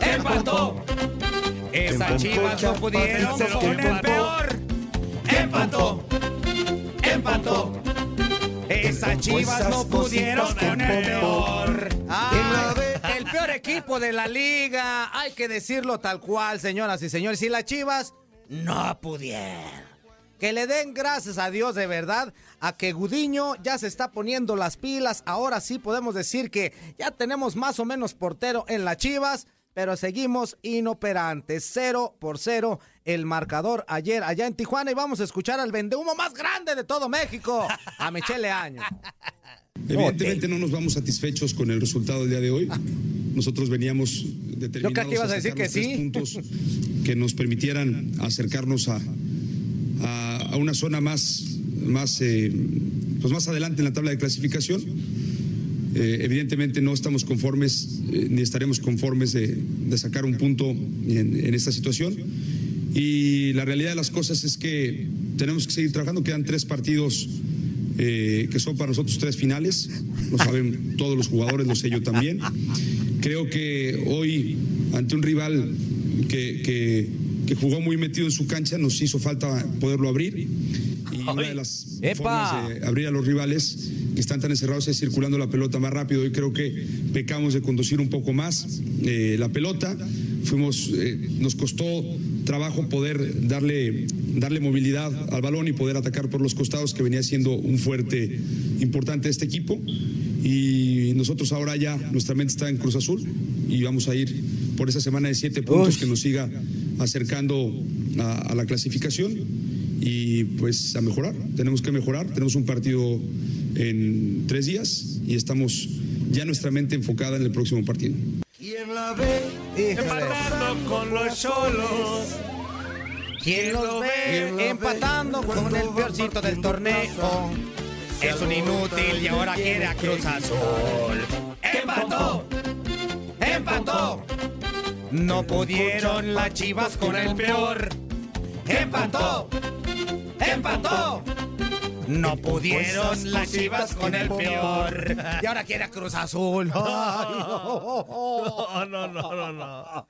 Speaker 2: Empató. Esas chivas no pudieron con el peor. Empató. Empató. Esas chivas no pudieron con el peor. Ah, el peor equipo de la liga. Hay que decirlo tal cual, señoras y señores. Y las chivas no pudieron. Que le den gracias a Dios de verdad a que Gudiño ya se está poniendo las pilas. Ahora sí podemos decir que ya tenemos más o menos portero en las Chivas, pero seguimos inoperantes. Cero por cero el marcador ayer allá en Tijuana y vamos a escuchar al vendehumo más grande de todo México, a Michele Año.
Speaker 9: Evidentemente no nos vamos satisfechos con el resultado del día de hoy. Nosotros veníamos determinados
Speaker 2: que ibas a decir
Speaker 9: sacar
Speaker 2: que
Speaker 9: los tres
Speaker 2: sí.
Speaker 9: puntos que nos permitieran acercarnos a, a- a una zona más, más, eh, pues más adelante en la tabla de clasificación. Eh, evidentemente no estamos conformes eh, ni estaremos conformes de, de sacar un punto en- en esta situación. Y la realidad de las cosas es que tenemos que seguir trabajando. Quedan tres partidos eh, que son para nosotros tres finales. Lo saben todos los jugadores, lo sé yo también. Creo que hoy, ante un rival que, que- que jugó muy metido en su cancha, nos hizo falta poderlo abrir. Y una de las formas de eh, abrir a los rivales que están tan encerrados es circulando la pelota más rápido. Y creo que pecamos de conducir un poco más eh, la pelota. Fuimos, eh, nos costó trabajo poder darle, darle movilidad al balón y poder atacar por los costados, que venía siendo un fuerte importante de este equipo. Y nosotros ahora ya, nuestra mente está en Cruz Azul y vamos a ir por esa semana de siete puntos que nos siga acercando a- a la clasificación y pues a mejorar. Tenemos que mejorar. Tenemos un partido en tres días y estamos ya nuestra mente enfocada en el próximo partido.
Speaker 1: ¿Quién la ve? Empatando con los cholos.
Speaker 2: ¿Quién los ve empatando con el peorcito del torneo? Es un inútil y ahora quiere a Cruz Azul. ¡Empató! ¡Empató! No pudieron las chivas con el peor. ¡Empató! ¡Empató! No pudieron las chivas con el peor. Y ahora quiere a Cruz Azul. Ay,
Speaker 1: No, no, no, no, no.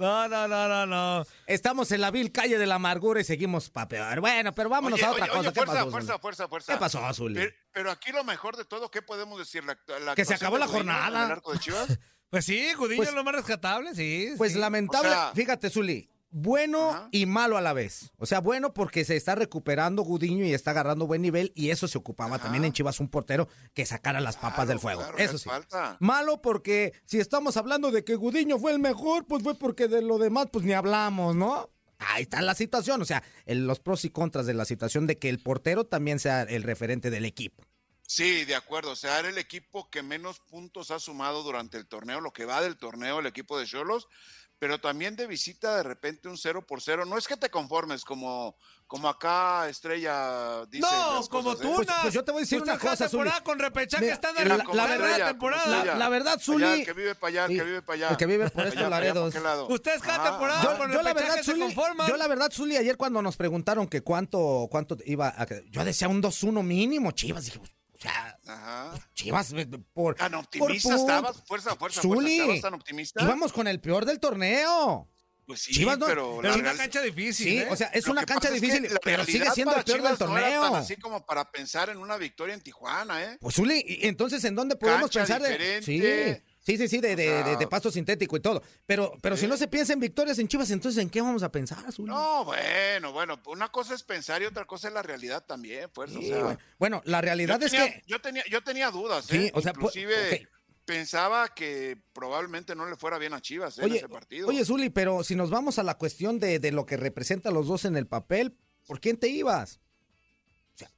Speaker 1: No, no, no, no, no.
Speaker 2: Estamos en la vil calle de la amargura y seguimos pa' peor. Bueno, pero vámonos
Speaker 3: Oye,
Speaker 2: a otra
Speaker 3: oye,
Speaker 2: cosa.
Speaker 3: oye,
Speaker 2: ¿Qué
Speaker 3: fuerza,
Speaker 2: pasó,
Speaker 3: fuerza,
Speaker 2: Zuli?
Speaker 3: fuerza, fuerza.
Speaker 2: ¿Qué pasó, Zuli?
Speaker 3: Pero, pero aquí lo mejor de todo, ¿qué podemos decir? La- la
Speaker 2: Que se
Speaker 3: actuación
Speaker 2: acabó
Speaker 3: de
Speaker 2: la
Speaker 3: Gudiño en
Speaker 2: jornada.
Speaker 3: el arco de Chivas.
Speaker 1: Pues sí, Gudiño
Speaker 2: Pues-
Speaker 1: es lo más rescatable, sí.
Speaker 2: Pues
Speaker 1: sí.
Speaker 2: lamentable, fíjate, Zuli, bueno y malo a la vez. O sea, bueno porque se está recuperando Gudiño y está agarrando buen nivel y eso se ocupaba también en Chivas un portero que sacara las papas del fuego. eso sí. Malo porque si estamos hablando de que Gudiño fue el mejor, pues fue porque de lo demás pues ni hablamos, ¿no? Ahí está la situación, o sea, el- los pros y contras de la situación de que el portero también sea el referente del equipo.
Speaker 3: Sí, de acuerdo. O sea, era el equipo que menos puntos ha sumado durante el torneo, lo que va del torneo, el equipo de Cholos, pero también de visita de repente un 0 por 0. No es que te conformes como, como acá Estrella dice.
Speaker 1: No,
Speaker 3: las
Speaker 1: como
Speaker 3: cosas,
Speaker 1: tú,
Speaker 3: ¿eh?
Speaker 2: Pues,
Speaker 1: Nas. Usted cada temporada
Speaker 2: Zuli.
Speaker 1: con repechaje
Speaker 2: Mira,
Speaker 1: estándar.
Speaker 2: la-
Speaker 1: campeón
Speaker 2: la
Speaker 1: de
Speaker 2: verdad, la- la verdad,
Speaker 3: Allá,
Speaker 2: Zuli-
Speaker 3: el que vive para allá, el que
Speaker 2: Sí,
Speaker 3: vive para allá.
Speaker 2: el que vive por
Speaker 3: Allá,
Speaker 2: estos
Speaker 3: para allá,
Speaker 2: Laredos.
Speaker 3: ¿por qué lado? Ah,
Speaker 1: Ustedes cada temporada
Speaker 2: Yo,
Speaker 1: con
Speaker 2: yo la
Speaker 1: repechaje
Speaker 2: verdad,
Speaker 1: se
Speaker 2: Zuli,
Speaker 1: conforman.
Speaker 2: yo la verdad, Zuli, ayer cuando nos preguntaron que cuánto, cuánto iba a... Yo decía un 2-1 mínimo, Chivas. Dije, pues, o sea,
Speaker 3: Ajá.
Speaker 2: Chivas eh, por...
Speaker 10: Ah,
Speaker 3: Tan optimista
Speaker 2: por punto.
Speaker 3: estabas, fuerza, fuerza,
Speaker 2: Zuli,
Speaker 3: fuerza. ¿Estabas tan optimista?
Speaker 2: íbamos con el peor del torneo.
Speaker 3: Pues sí,
Speaker 2: Chivas no-
Speaker 3: pero,
Speaker 2: pero
Speaker 3: la
Speaker 2: es una
Speaker 3: Real-
Speaker 2: cancha difícil, Sí, ¿eh? o sea, es una
Speaker 3: que
Speaker 2: cancha
Speaker 3: pasa es
Speaker 2: difícil,
Speaker 3: que la
Speaker 2: pero sigue
Speaker 3: realidad
Speaker 2: siendo
Speaker 3: para
Speaker 2: el peor del
Speaker 3: Chivas no era
Speaker 2: torneo.
Speaker 3: tan así como para pensar en una victoria en Tijuana, ¿eh?
Speaker 2: Pues Zuli, y entonces ¿en dónde podemos
Speaker 3: Cancha
Speaker 2: pensar de
Speaker 3: diferente.
Speaker 2: Sí, sí, sí, sí, de, de-
Speaker 3: O sea- ¿eh?
Speaker 2: de- de pasto sintético y todo? Pero, pero si no se piensa en victorias en Chivas, entonces ¿en qué vamos a pensar, Zuli?
Speaker 3: No, bueno, bueno, una cosa es pensar y otra cosa es la realidad también, fuerza. o
Speaker 2: Sí,
Speaker 3: sea,
Speaker 2: bueno. Bueno, la realidad
Speaker 3: yo
Speaker 2: es
Speaker 3: tenía-
Speaker 2: que
Speaker 3: yo tenía, yo tenía dudas,
Speaker 2: Sí,
Speaker 3: ¿eh?
Speaker 2: o sea, pu-
Speaker 3: inclusive
Speaker 2: ok.
Speaker 3: pensaba que probablemente no le fuera bien a Chivas ¿eh? en ese partido.
Speaker 2: Oye, Zuli, pero si nos vamos a la cuestión de, de lo que representa a los dos en el papel, ¿por quién te ibas?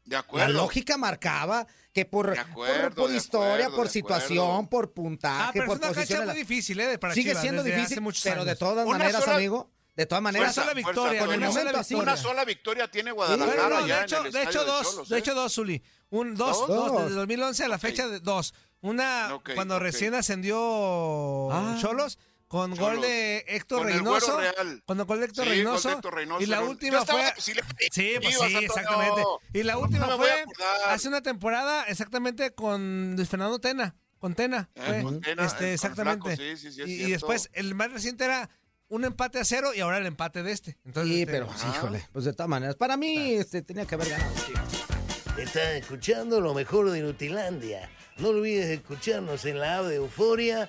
Speaker 3: de acuerdo.
Speaker 2: La lógica marcaba que por,
Speaker 3: acuerdo,
Speaker 2: por, por
Speaker 3: de
Speaker 2: historia,
Speaker 3: acuerdo,
Speaker 2: por
Speaker 3: de
Speaker 2: situación,
Speaker 3: acuerdo.
Speaker 2: por puntaje,
Speaker 1: Ah, pero
Speaker 2: por
Speaker 1: es una
Speaker 2: posición.
Speaker 1: cancha
Speaker 2: en la-
Speaker 1: muy difícil, ¿eh? Para
Speaker 2: Sigue
Speaker 1: Chivas,
Speaker 2: siendo
Speaker 1: desde hace
Speaker 2: difícil,
Speaker 1: muchos
Speaker 2: pero de
Speaker 1: años.
Speaker 2: todas
Speaker 1: Una
Speaker 2: maneras,
Speaker 1: sola-
Speaker 2: amigo, de todas maneras,
Speaker 1: Fuerza, fuerza, con
Speaker 2: con el
Speaker 1: una sola
Speaker 2: momento así.
Speaker 1: victoria.
Speaker 3: Una sola victoria tiene
Speaker 1: Sí, bueno,
Speaker 3: Guadalajara
Speaker 1: no,
Speaker 3: ya
Speaker 1: de
Speaker 3: en
Speaker 1: hecho,
Speaker 3: el
Speaker 1: de
Speaker 3: estadio
Speaker 1: hecho
Speaker 3: de
Speaker 1: dos,
Speaker 3: Cholos,
Speaker 1: de
Speaker 3: ¿eh?
Speaker 1: hecho dos, Zuli. Un dos,
Speaker 3: ¿Dos?
Speaker 1: dos,
Speaker 3: Dos.
Speaker 1: desde 2011 a la fecha de dos. Una
Speaker 3: Ok,
Speaker 1: cuando
Speaker 3: ok.
Speaker 1: recién ascendió
Speaker 2: Ah.
Speaker 1: Cholos con
Speaker 3: Cholos.
Speaker 1: gol de Héctor
Speaker 3: Con el
Speaker 1: Reynoso.
Speaker 3: güero real.
Speaker 1: Cuando gol de Héctor
Speaker 3: Sí, gol de
Speaker 1: Reynoso.
Speaker 3: Héctor Reynoso,
Speaker 1: Y la
Speaker 3: era un-
Speaker 1: última
Speaker 3: Yo estaba-
Speaker 1: fue
Speaker 3: sí, le-
Speaker 1: Sí,
Speaker 3: Ibas,
Speaker 1: pues sí,
Speaker 3: Antonio.
Speaker 1: exactamente. Y la
Speaker 3: No
Speaker 1: última
Speaker 3: me voy a
Speaker 1: fue
Speaker 3: acordar.
Speaker 1: hace una temporada exactamente con Luis Fernando Tena, con Tena.
Speaker 3: Eh,
Speaker 1: fue,
Speaker 3: con Tena, eh, con
Speaker 1: este,
Speaker 3: el
Speaker 1: exactamente.
Speaker 3: flaco, sí, sí, sí, es
Speaker 1: y, y
Speaker 3: cierto.
Speaker 1: después el más reciente era un empate a cero y ahora el empate de este. Entonces,
Speaker 2: Sí,
Speaker 1: este, Ah,
Speaker 2: pero
Speaker 3: Ah,
Speaker 1: ajá.
Speaker 2: híjole, pues de todas maneras, para mí este, tenía que haber ganado.
Speaker 11: Estás escuchando lo mejor de Nutilandia. No olvides escucharnos en la app de Euforia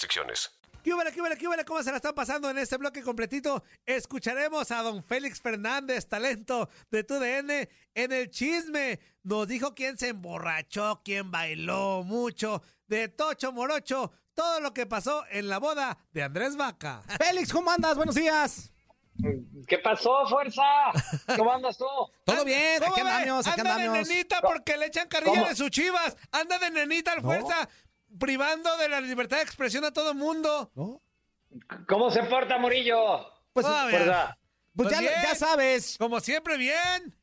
Speaker 1: ¿Qué huele, qué huele, qué huele? ¿Cómo se la están pasando en este bloque completito? Escucharemos a don Félix Fernández, talento de TUDN, en el chisme. Nos dijo quién se emborrachó, quién bailó mucho, de Tocho Morocho, todo lo que pasó en la boda de Andrés Vaca.
Speaker 2: Félix, ¿cómo andas? Buenos días.
Speaker 12: ¿Qué pasó, fuerza? ¿Cómo andas tú?
Speaker 2: Todo bien, aquí andamos, aquí
Speaker 1: Anda
Speaker 2: andamos.
Speaker 1: de nenita porque le echan carrilla
Speaker 2: ¿Cómo?
Speaker 1: de sus chivas. Anda de nenita al fuerza, privando de la libertad de expresión a todo mundo.
Speaker 12: ¿Cómo se porta, Murillo?
Speaker 2: Pues,
Speaker 1: Ah, mira.
Speaker 12: Fuerza.
Speaker 2: Pues ya- ya sabes.
Speaker 1: Como siempre, bien.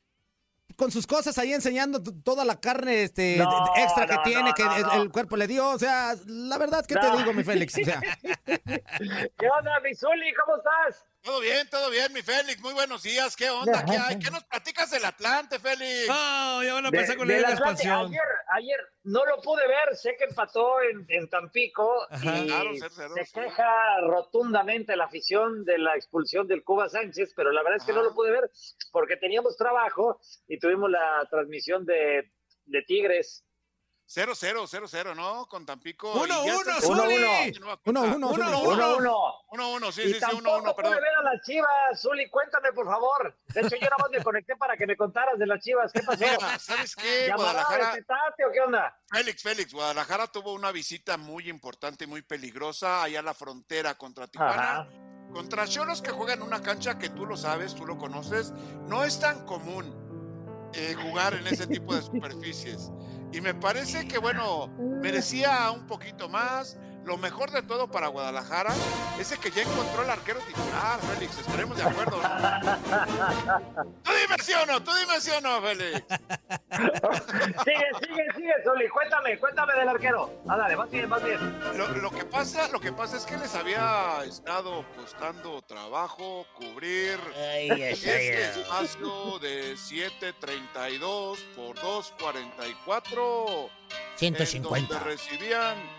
Speaker 2: Con sus cosas ahí enseñando t- toda la carne este,
Speaker 12: No,
Speaker 2: de- de- extra que
Speaker 12: no,
Speaker 2: tiene,
Speaker 12: no,
Speaker 2: que
Speaker 12: no,
Speaker 2: el,
Speaker 12: no.
Speaker 2: el cuerpo le dio. O sea, la verdad, ¿qué
Speaker 12: No.
Speaker 2: te digo, mi Félix? O sea,
Speaker 12: ¿Qué onda, Bizuli? ¿Cómo estás?
Speaker 3: Todo bien, todo bien, mi Félix. Muy buenos días. ¿Qué onda? ¿Qué hay? ¿Qué nos platicas del Atlante, Félix?
Speaker 12: Ah.
Speaker 1: No, ya van
Speaker 12: De- del Atlante, Ayer, ayer no lo pude ver, sé que empató en, en Tampico
Speaker 3: Ajá.
Speaker 12: y
Speaker 3: Claro, cero, cero,
Speaker 12: se
Speaker 3: sí.
Speaker 12: queja rotundamente la afición de la expulsión del Cuba Sánchez, pero la verdad es que no lo pude ver porque teníamos trabajo y tuvimos la transmisión de, de Tigres.
Speaker 3: 0-0, 0-0, ¿no? Con Tampico.
Speaker 12: 1-1, Zuli.
Speaker 3: 1-1.
Speaker 12: 1-1, Zuli. 1-1.
Speaker 3: 1-1, sí,
Speaker 12: y
Speaker 3: sí, sí,
Speaker 12: tampoco
Speaker 3: 1-1,
Speaker 12: pude
Speaker 3: perdón.
Speaker 12: ver a las Chivas, Zuli, cuéntame por favor. De hecho, yo nada más me conecté para que me contaras de las Chivas. ¿Qué pasó?
Speaker 3: Mira, ¿sabes qué?
Speaker 12: ¿Llamada
Speaker 3: Guadalajara-
Speaker 12: de Petate o qué onda?
Speaker 3: Félix, Félix, Guadalajara tuvo una visita muy importante y muy peligrosa allá a la frontera contra Tijuana.
Speaker 12: Ajá.
Speaker 3: Contra Cholos que juegan una cancha que tú lo sabes, tú lo conoces, no es tan común eh, jugar en ese tipo de superficies. Y me parece que, bueno, merecía un poquito más. Lo mejor de todo para Guadalajara es el que ya encontró el arquero titular, Félix. Estaremos de acuerdo. ¿no? tú dime sí o no, tú dime sí o no, Félix.
Speaker 12: Sigue, sigue, sigue, Soli. Cuéntame, cuéntame del arquero. Ándale, vas bien, vas bien.
Speaker 3: Lo, lo que pasa, lo que pasa es que les había estado costando trabajo cubrir
Speaker 11: Ay, ay, ay,
Speaker 3: este
Speaker 11: ay.
Speaker 3: espacio de 7.32 por 2.44. en
Speaker 13: 150.
Speaker 3: donde recibían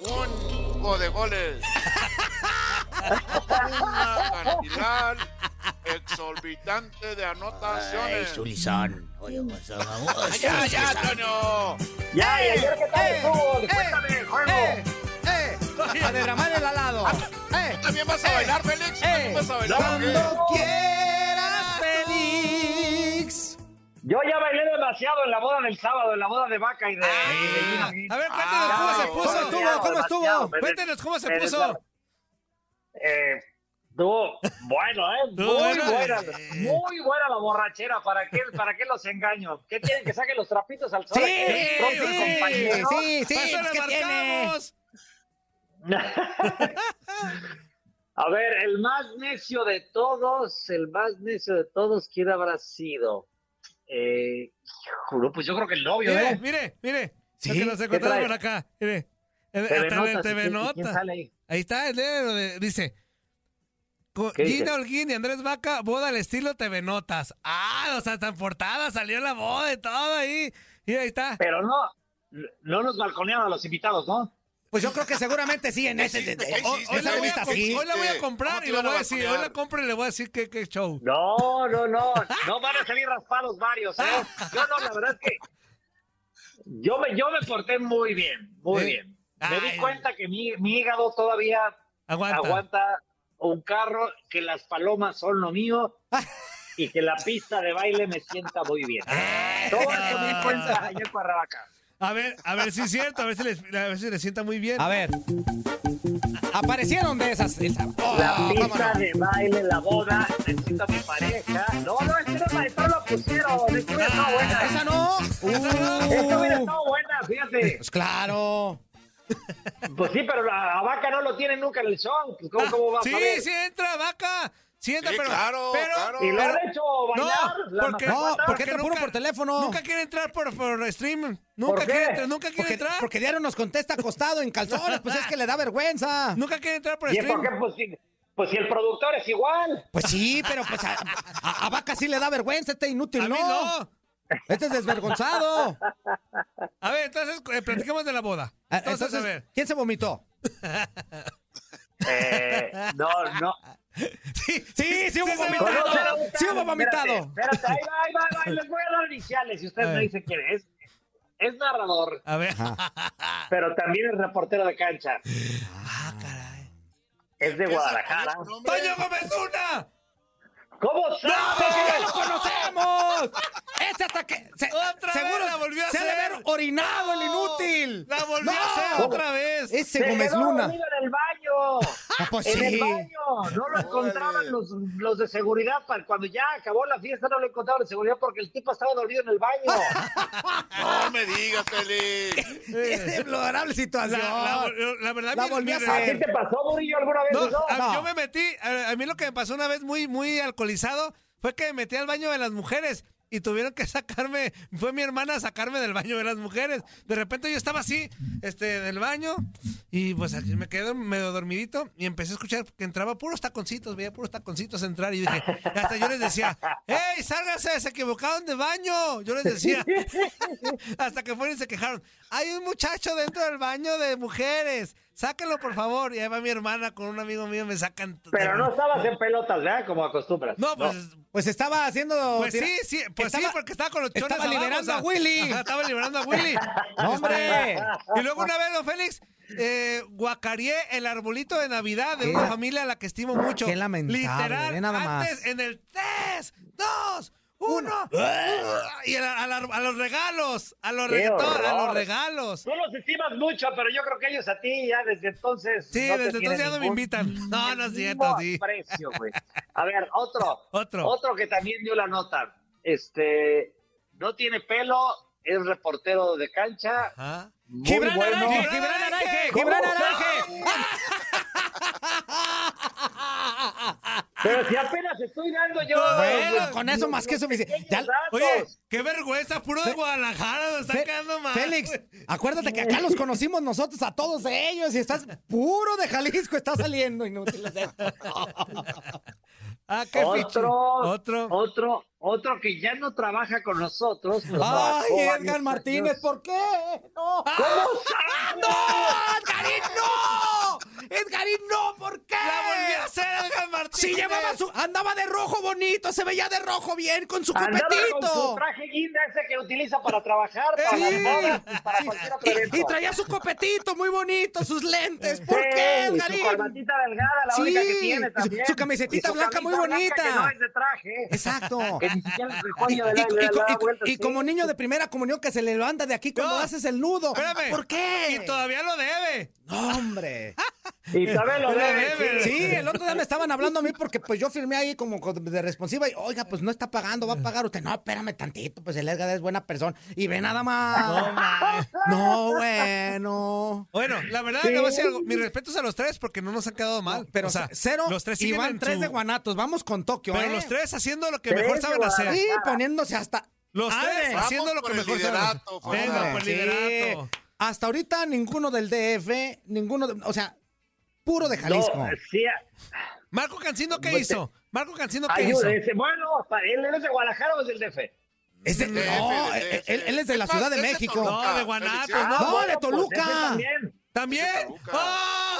Speaker 3: un juego de goles. Una cantidad exorbitante de
Speaker 13: Ay,
Speaker 12: eh.
Speaker 3: anotaciones.
Speaker 13: Zulizón. Oye, Guasón,
Speaker 3: Ah,
Speaker 13: vamos.
Speaker 3: ya, ya, Antonio!
Speaker 12: Ya,
Speaker 13: y ayer
Speaker 12: qué tal estuvo? Cuéntame el juego.
Speaker 2: eh, A derramar el alado. ¡Eh!
Speaker 3: ¿También vas a bailar, Félix? ¿También vas a bailar? o qué?
Speaker 2: Cuando quieras, Félix.
Speaker 12: Yo ya bailé demasiado en la boda del sábado, en la boda de Vaca y de...
Speaker 1: Ah. A ver, cuéntanos cómo se puso, estuvo, cómo estuvo. Cuéntanos cómo se puso.
Speaker 12: Eh, estuvo bueno, ¿eh? Muy
Speaker 1: Estuvo bueno. Eh.
Speaker 12: buena, muy buena la borrachera. ¿Para qué, para qué los engaño? ¿Qué tienen que saquen los trapitos al sol?
Speaker 13: Sí,
Speaker 12: Aquí el propio
Speaker 13: sí,
Speaker 12: compañero.
Speaker 13: sí, sí, Pásale, pues, ¿qué tiene? marcamos.
Speaker 12: A ver, el más necio de todos, el más necio de todos, ¿quién habrá sido? Eh, juro, pues yo creo que el novio,
Speaker 1: Mire,
Speaker 12: ¿eh?
Speaker 1: mire, mire.
Speaker 12: Sí,
Speaker 1: Lo que nos
Speaker 12: ¿qué
Speaker 1: encontramos
Speaker 12: trae?
Speaker 1: por acá. Mire. Eh,
Speaker 12: TV
Speaker 1: hasta
Speaker 12: Notas,
Speaker 1: de TV
Speaker 12: ¿quién-
Speaker 1: Nota.
Speaker 12: quién sale ahí?
Speaker 1: está, el de- lo de- dice. co-
Speaker 12: ¿Qué
Speaker 1: Gina
Speaker 12: dice?
Speaker 1: Holguín y Andrés Vaca, boda al estilo TV Notas. Ah, o sea, tan portada, salió la boda y todo ahí. Y ahí está.
Speaker 12: Pero no, no nos balconearon a los invitados, ¿no?
Speaker 2: Pues yo creo que seguramente sí en ese.
Speaker 1: Hoy, hoy la voy a, comp- hoy la voy a comprar y
Speaker 12: lo
Speaker 1: le voy a decir, hoy la compro y le voy a decir que, que show.
Speaker 12: No, no, no, no van a salir raspados varios, ¿eh? Yo no, la verdad es que yo me, yo me porté muy bien, muy
Speaker 1: ¿Eh?
Speaker 12: bien. Me
Speaker 1: Ay.
Speaker 12: di cuenta que mi, mi hígado todavía
Speaker 1: Aguanta.
Speaker 12: aguanta un carro, que las palomas son lo mío y que la pista de baile me sienta muy bien.
Speaker 1: Ah.
Speaker 12: Todo eso me di cuenta ayer para
Speaker 1: A ver, a ver si es cierto, a ver si les, a ver si les sienta muy bien. A
Speaker 2: ver. Aparecieron de esas. esa- Oh,
Speaker 1: Ah,
Speaker 12: La
Speaker 2: cómo no.
Speaker 12: pista de baile, la boda, necesito a mi pareja. No, no, es que no, no lo pusieron. Es que hubiera estado buena.
Speaker 2: Ah,
Speaker 12: ¿eh?
Speaker 2: Esa no. Uh.
Speaker 12: Es que hubiera estado buena, fíjate.
Speaker 2: Pues claro.
Speaker 12: Pues sí, pero la, la vaca no lo tiene nunca en el show. Pues, ¿Cómo, cómo va
Speaker 1: sí,
Speaker 12: a saber?
Speaker 1: sí entra, vaca. Sí entra,
Speaker 12: Sí,
Speaker 1: pero.
Speaker 12: claro,
Speaker 1: pero,
Speaker 12: claro. ¿Y lo han
Speaker 1: pero-
Speaker 12: hecho bailar?
Speaker 1: No,
Speaker 12: ¿La
Speaker 1: porque,
Speaker 12: mascota? No, porque entra
Speaker 2: puro por teléfono.
Speaker 1: Nunca quiere entrar por, por stream. Nunca
Speaker 2: ¿Por qué?
Speaker 1: quiere entrar, nunca quiere
Speaker 2: porque,
Speaker 1: entrar.
Speaker 2: Porque Diario nos contesta acostado en calzones, pues es que le da vergüenza.
Speaker 1: Nunca quiere entrar por
Speaker 12: ¿Y es
Speaker 1: stream.
Speaker 12: por qué? Pues, si, pues si el productor es igual.
Speaker 2: Pues sí, pero pues a, a- a Vaca sí le da vergüenza, este inútil,
Speaker 1: A mí
Speaker 2: no.
Speaker 1: no.
Speaker 2: Este es desvergonzado.
Speaker 1: A ver, entonces eh, platiquemos de la boda.
Speaker 12: Ah,
Speaker 1: Entonces, a ver.
Speaker 2: ¿quién se vomitó?
Speaker 12: Eh, no, no.
Speaker 1: Sí,
Speaker 2: sí, sí hubo
Speaker 12: Pues, se
Speaker 2: vomitado.
Speaker 12: vomitó.
Speaker 2: Sí hubo vomitado.
Speaker 12: Espérate, espérate, ahí va, ahí va, ahí va. Les voy a dar iniciales si ustedes
Speaker 2: A
Speaker 12: me
Speaker 2: ver.
Speaker 12: dicen quién es. Es narrador,
Speaker 1: A ver.
Speaker 12: pero también es reportero de cancha. Ah, caray. Es de Guadalajara.
Speaker 1: ¡Toño Gómez Luna!
Speaker 12: ¿Cómo sabes?
Speaker 2: ¡Ya lo conocemos! Este hasta que. se-
Speaker 1: ¡Otra
Speaker 2: seguro
Speaker 1: vez la volvió a
Speaker 2: se ha de
Speaker 1: hacer!
Speaker 2: haber orinado el inútil.
Speaker 1: ¡La volvió a
Speaker 2: No.
Speaker 1: hacer otra vez!
Speaker 2: Ese
Speaker 12: Se
Speaker 2: Gómez
Speaker 12: quedó
Speaker 2: Luna.
Speaker 12: dormido en el baño.
Speaker 2: Ah, pues
Speaker 12: en
Speaker 2: sí.
Speaker 12: el baño. No lo encontraban los, los de seguridad. para- Cuando ya acabó la fiesta, no lo encontraban de seguridad porque el tipo estaba dormido en el baño.
Speaker 3: No me digas, Félix.
Speaker 2: Qué deplorable
Speaker 1: La,
Speaker 2: situación.
Speaker 1: la vol- la verdad,
Speaker 2: La
Speaker 1: mi-
Speaker 2: volví a
Speaker 1: mi-
Speaker 2: hacer.
Speaker 12: ¿Qué te pasó, Murillo, alguna vez?
Speaker 1: No,
Speaker 12: eso?
Speaker 1: a-
Speaker 2: No.
Speaker 1: yo me metí, a, a mí lo que me pasó una vez muy, muy alcoholizado fue que me metí al baño de las mujeres y tuvieron que sacarme, fue mi hermana a sacarme del baño de las mujeres. De repente yo estaba así, este, en el baño y pues aquí me quedé medio dormidito y empecé a escuchar que entraba puros taconcitos, veía puros taconcitos entrar y dije, y hasta yo les decía, ¡Ey, sálganse, se equivocaron de baño! Yo les decía, hasta que fueron y se quejaron. Hay un muchacho dentro del baño de mujeres. Sáquenlo, por favor. Y ahí va mi hermana con un amigo mío, me sacan.
Speaker 12: Pero no estabas en pelotas, ¿verdad? Como acostumbras.
Speaker 1: No, pues,
Speaker 2: Pues estaba haciendo.
Speaker 1: pues
Speaker 2: tira-
Speaker 1: sí, sí, pues sí,
Speaker 2: estaba-
Speaker 1: porque estaba con los chones.
Speaker 2: estaba
Speaker 1: abajo,
Speaker 2: liberando
Speaker 1: o sea,
Speaker 2: a Willy.
Speaker 1: ajá, estaba liberando a Willy.
Speaker 2: ¡No, hombre!
Speaker 1: Este, Y luego una vez, don Félix, eh, guacareé el arbolito de Navidad de
Speaker 2: Qué
Speaker 1: una
Speaker 2: la-
Speaker 1: familia a la que estimo mucho.
Speaker 2: qué lamentable, ¿eh? ve
Speaker 1: Literal,
Speaker 2: nada más.
Speaker 1: antes en el 3, 2, 1. Y a, la- a la- a los regalos, a los,
Speaker 12: Qué
Speaker 1: reggaetón, a los
Speaker 12: horror.
Speaker 1: regalos.
Speaker 12: Tú los estimas mucho, pero yo creo que ellos a ti ya desde entonces.
Speaker 1: Sí,
Speaker 12: no te
Speaker 1: desde entonces
Speaker 12: tienen
Speaker 1: ya no me
Speaker 12: ningún
Speaker 1: invitan. No, no es cierto,
Speaker 12: mínimo
Speaker 1: sí.
Speaker 12: aprecio, güey. A ver, otro.
Speaker 1: Otro.
Speaker 12: Otro que también dio la nota. Este. no tiene pelo, es reportero de cancha. Muy
Speaker 2: Gibran
Speaker 12: bueno.
Speaker 2: Araige, Gibran Araige, Gibran Araige.
Speaker 12: Pero si apenas estoy dando yo.
Speaker 2: Bueno, con eso más que suficiente. Ya-
Speaker 1: Oye, qué vergüenza, puro de Guadalajara nos está
Speaker 2: Fe-
Speaker 1: quedando mal.
Speaker 2: Félix, acuérdate que acá los conocimos nosotros a todos ellos y estás puro de Jalisco, está saliendo inútil.
Speaker 1: ah,
Speaker 12: otro,
Speaker 1: otro,
Speaker 12: otro, otro que ya no trabaja con nosotros. pero
Speaker 2: Ay,
Speaker 12: trabajó varios
Speaker 2: Edgar
Speaker 12: años.
Speaker 2: Martínez, ¿por qué? No. ¡Ah!
Speaker 12: ¿Cómo?
Speaker 2: ¡No! ¡Edgarín, no! ¡Edgarín, no! ¿Por qué? ¡La volvió a hacer Edgar Martínez! Si llevaba su... Andaba de rojo bonito, se veía de rojo bien con su
Speaker 12: Andaba
Speaker 2: copetito.
Speaker 12: con su traje guinda ese que utiliza para trabajar, para
Speaker 2: Sí.
Speaker 12: las bodas y para cualquier otro evento.
Speaker 2: Y traía su copetito muy bonito, sus lentes. ¿Por qué,
Speaker 12: Sí,
Speaker 2: Edgarín?
Speaker 12: Su corbatita delgada, la única que tiene
Speaker 2: su-
Speaker 12: también.
Speaker 2: Su camisetita
Speaker 12: Y su
Speaker 2: blanca muy
Speaker 12: camisa
Speaker 2: bonita.
Speaker 12: blanca que no es de traje.
Speaker 2: Exacto.
Speaker 12: Que ni siquiera el coño de
Speaker 2: Y-
Speaker 12: la-
Speaker 2: y-
Speaker 12: le
Speaker 2: y-
Speaker 12: da
Speaker 2: y-
Speaker 12: vueltas,
Speaker 2: y
Speaker 12: sí.
Speaker 2: como niño de primera comunión que se le levanta de aquí cuando haces el nudo.
Speaker 1: Espérame.
Speaker 2: ¿Por qué?
Speaker 1: Y todavía lo debe.
Speaker 2: No, hombre.
Speaker 12: Y todavía lo debe, sí.
Speaker 2: Sí, el otro día me estaban hablando a mí porque pues yo firmé ahí como co- de responsiva y, oiga, pues no está pagando, va a pagar usted. No, espérame tantito, pues el Edgar es buena persona. Y ve nada
Speaker 1: No,
Speaker 2: más. No, bueno.
Speaker 1: Bueno, la verdad, le voy a decir algo. Mis respetos a los tres porque no nos han quedado mal.
Speaker 2: Pero
Speaker 1: o sea,
Speaker 2: cero
Speaker 1: Los tres
Speaker 2: y
Speaker 1: siguen
Speaker 2: van
Speaker 1: en
Speaker 2: tres
Speaker 1: su-
Speaker 2: de Guanatos. Vamos con Tokio,
Speaker 1: Pero
Speaker 2: ¿eh?
Speaker 1: los tres haciendo lo que
Speaker 2: Tres
Speaker 1: mejor
Speaker 2: de
Speaker 1: saben hacer.
Speaker 2: Sí, poniéndose hasta...
Speaker 1: Los
Speaker 2: ¡Ale!
Speaker 1: tres haciendo lo que mejor saben hacer. Venga, por el
Speaker 2: Sí.
Speaker 1: liderato.
Speaker 2: Hasta ahorita ninguno del DF, ninguno, de- o sea, puro de Jalisco.
Speaker 12: No, sí, ah.
Speaker 1: Marco Cancino, ¿qué
Speaker 12: Pues,
Speaker 1: hizo? Marco Cancino, ¿qué hizo?
Speaker 12: Ayúdese. Bueno, para- él él es de Guadalajara o es del DF.
Speaker 2: Es de- no, él, Eh, él- él es de la
Speaker 12: Es más,
Speaker 2: Ciudad de
Speaker 12: es de
Speaker 2: México.
Speaker 12: Toluca,
Speaker 1: No, de Guanatos,
Speaker 2: no.
Speaker 12: Ah,
Speaker 2: de
Speaker 12: bueno, pues, ese
Speaker 2: Toluca.
Speaker 12: también.
Speaker 1: ¿También? ¡Ah!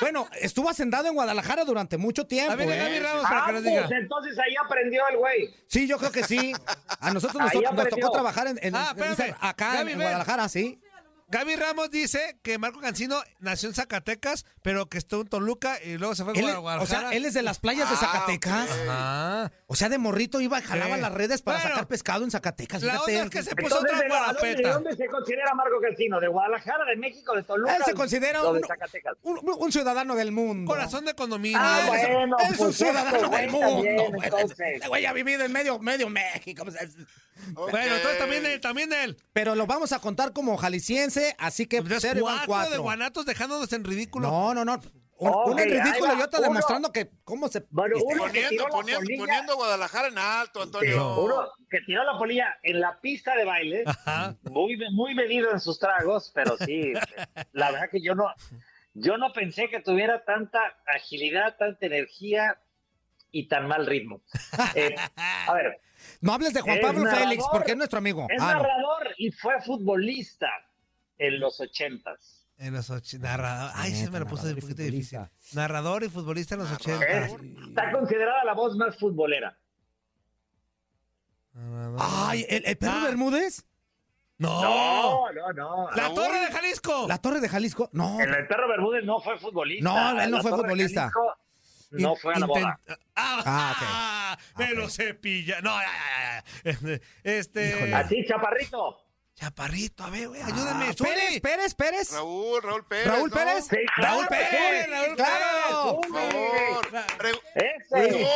Speaker 2: Bueno, estuvo hacendado en Guadalajara durante mucho tiempo.
Speaker 1: A ver,
Speaker 2: ¿eh?
Speaker 1: Gaby Ramos, para que nos
Speaker 12: Pues
Speaker 1: diga.
Speaker 12: entonces ahí aprendió el güey.
Speaker 2: Sí, yo creo que sí. A nosotros,
Speaker 12: Ahí
Speaker 2: nosotros nos
Speaker 12: aprendió.
Speaker 2: tocó trabajar en, en-
Speaker 1: Ah,
Speaker 2: en-
Speaker 1: espérame.
Speaker 2: acá en,
Speaker 1: Gaby,
Speaker 2: en
Speaker 1: ven.
Speaker 2: Guadalajara, sí.
Speaker 1: Gaby Ramos dice que Marco Cancino nació en Zacatecas, pero que estuvo en Toluca y luego se fue a
Speaker 2: Él,
Speaker 1: Guadalajara.
Speaker 2: o sea, él es de las playas de
Speaker 1: Ah,
Speaker 2: Zacatecas.
Speaker 1: Ah.
Speaker 2: O sea, de morrito iba y jalaba
Speaker 1: Sí.
Speaker 2: las redes para
Speaker 1: Bueno,
Speaker 2: sacar pescado en Zacatecas.
Speaker 1: la
Speaker 2: fíjate.
Speaker 1: onda es que se puso
Speaker 12: Entonces,
Speaker 1: otra
Speaker 12: ¿de, dónde- ¿de
Speaker 1: guarapeta.
Speaker 12: dónde se considera Marco Cancino? ¿De Guadalajara, de México, de Toluca?
Speaker 1: Ah,
Speaker 2: Él se considera
Speaker 12: o de
Speaker 2: un-
Speaker 12: Zacatecas?
Speaker 2: Un, un ciudadano del mundo.
Speaker 1: Corazón de condominio.
Speaker 12: Ah,
Speaker 1: Eso.
Speaker 12: bueno,
Speaker 2: es un
Speaker 12: pues
Speaker 2: ciudadano
Speaker 12: esto,
Speaker 2: del
Speaker 12: güey,
Speaker 2: mundo.
Speaker 12: también,
Speaker 2: güey.
Speaker 12: entonces.
Speaker 2: Este güey ha vivido en medio, medio México. o sea, es-
Speaker 1: Bueno, entonces también él, también él.
Speaker 2: Pero lo vamos a contar como jalisciense, así que
Speaker 1: Entonces,
Speaker 2: cero y van
Speaker 1: cuatro, de
Speaker 2: cuatro.
Speaker 1: Guanatos dejándonos en ridículo.
Speaker 2: No, no, no. Un,
Speaker 12: Ok,
Speaker 2: uno en ridículo
Speaker 12: ahí va.
Speaker 2: y otro
Speaker 12: Uno.
Speaker 2: demostrando que cómo se.
Speaker 12: Bueno,
Speaker 2: este,
Speaker 12: uno que tiró
Speaker 3: Poniendo,
Speaker 12: la
Speaker 3: poniendo,
Speaker 12: polilla,
Speaker 3: poniendo a Guadalajara en alto,
Speaker 12: te
Speaker 3: Antonio.
Speaker 12: juro, que tiró la polilla en la pista de baile,
Speaker 1: Ajá.
Speaker 12: muy, muy medido en sus tragos, pero sí, la verdad que yo no, yo no pensé que tuviera tanta agilidad, tanta energía y tan mal ritmo. Eh, a ver,
Speaker 2: no hables de Juan
Speaker 12: Es
Speaker 2: Pablo
Speaker 12: narrador.
Speaker 2: Félix, porque es nuestro amigo.
Speaker 12: es
Speaker 2: Ah, no.
Speaker 12: narrador y fue futbolista en los ochentas.
Speaker 1: En los och- narrador. Ay, se me lo puso
Speaker 2: narrador
Speaker 1: un
Speaker 2: y
Speaker 1: poquito difícil.
Speaker 2: futbolista. Eh,
Speaker 1: Narrador y futbolista en los
Speaker 12: Es-
Speaker 1: 80.
Speaker 12: ¿eh? está considerada la voz más futbolera.
Speaker 2: Ay, ¿el, el perro
Speaker 1: Ah.
Speaker 2: Bermúdez?
Speaker 1: No.
Speaker 12: No, no, no.
Speaker 1: La Torre de Jalisco.
Speaker 2: ¿La Torre de Jalisco? No.
Speaker 12: El, el perro Bermúdez no fue futbolista.
Speaker 2: No, él no
Speaker 12: La
Speaker 2: fue
Speaker 12: Torre de
Speaker 2: futbolista.
Speaker 12: Jalisco No fue a la boda.
Speaker 1: Intent- Ah,
Speaker 2: Ah,
Speaker 1: me lo cepilla. No, ya, ya, ya, ya. Este.
Speaker 2: Híjole.
Speaker 12: Así, chaparrito.
Speaker 1: Chaparrito, a ver, güey,
Speaker 2: Ah,
Speaker 1: ayúdame. Zuli.
Speaker 2: Pérez, Pérez, Pérez.
Speaker 3: Raúl, Raúl Pérez.
Speaker 2: Raúl
Speaker 3: ¿no?
Speaker 2: Pérez.
Speaker 12: Sí,
Speaker 1: Raúl
Speaker 12: claro,
Speaker 1: Pérez,
Speaker 12: sí,
Speaker 1: Raúl
Speaker 2: claro.
Speaker 3: Por favor. Pre-
Speaker 12: Ese.
Speaker 1: Raúl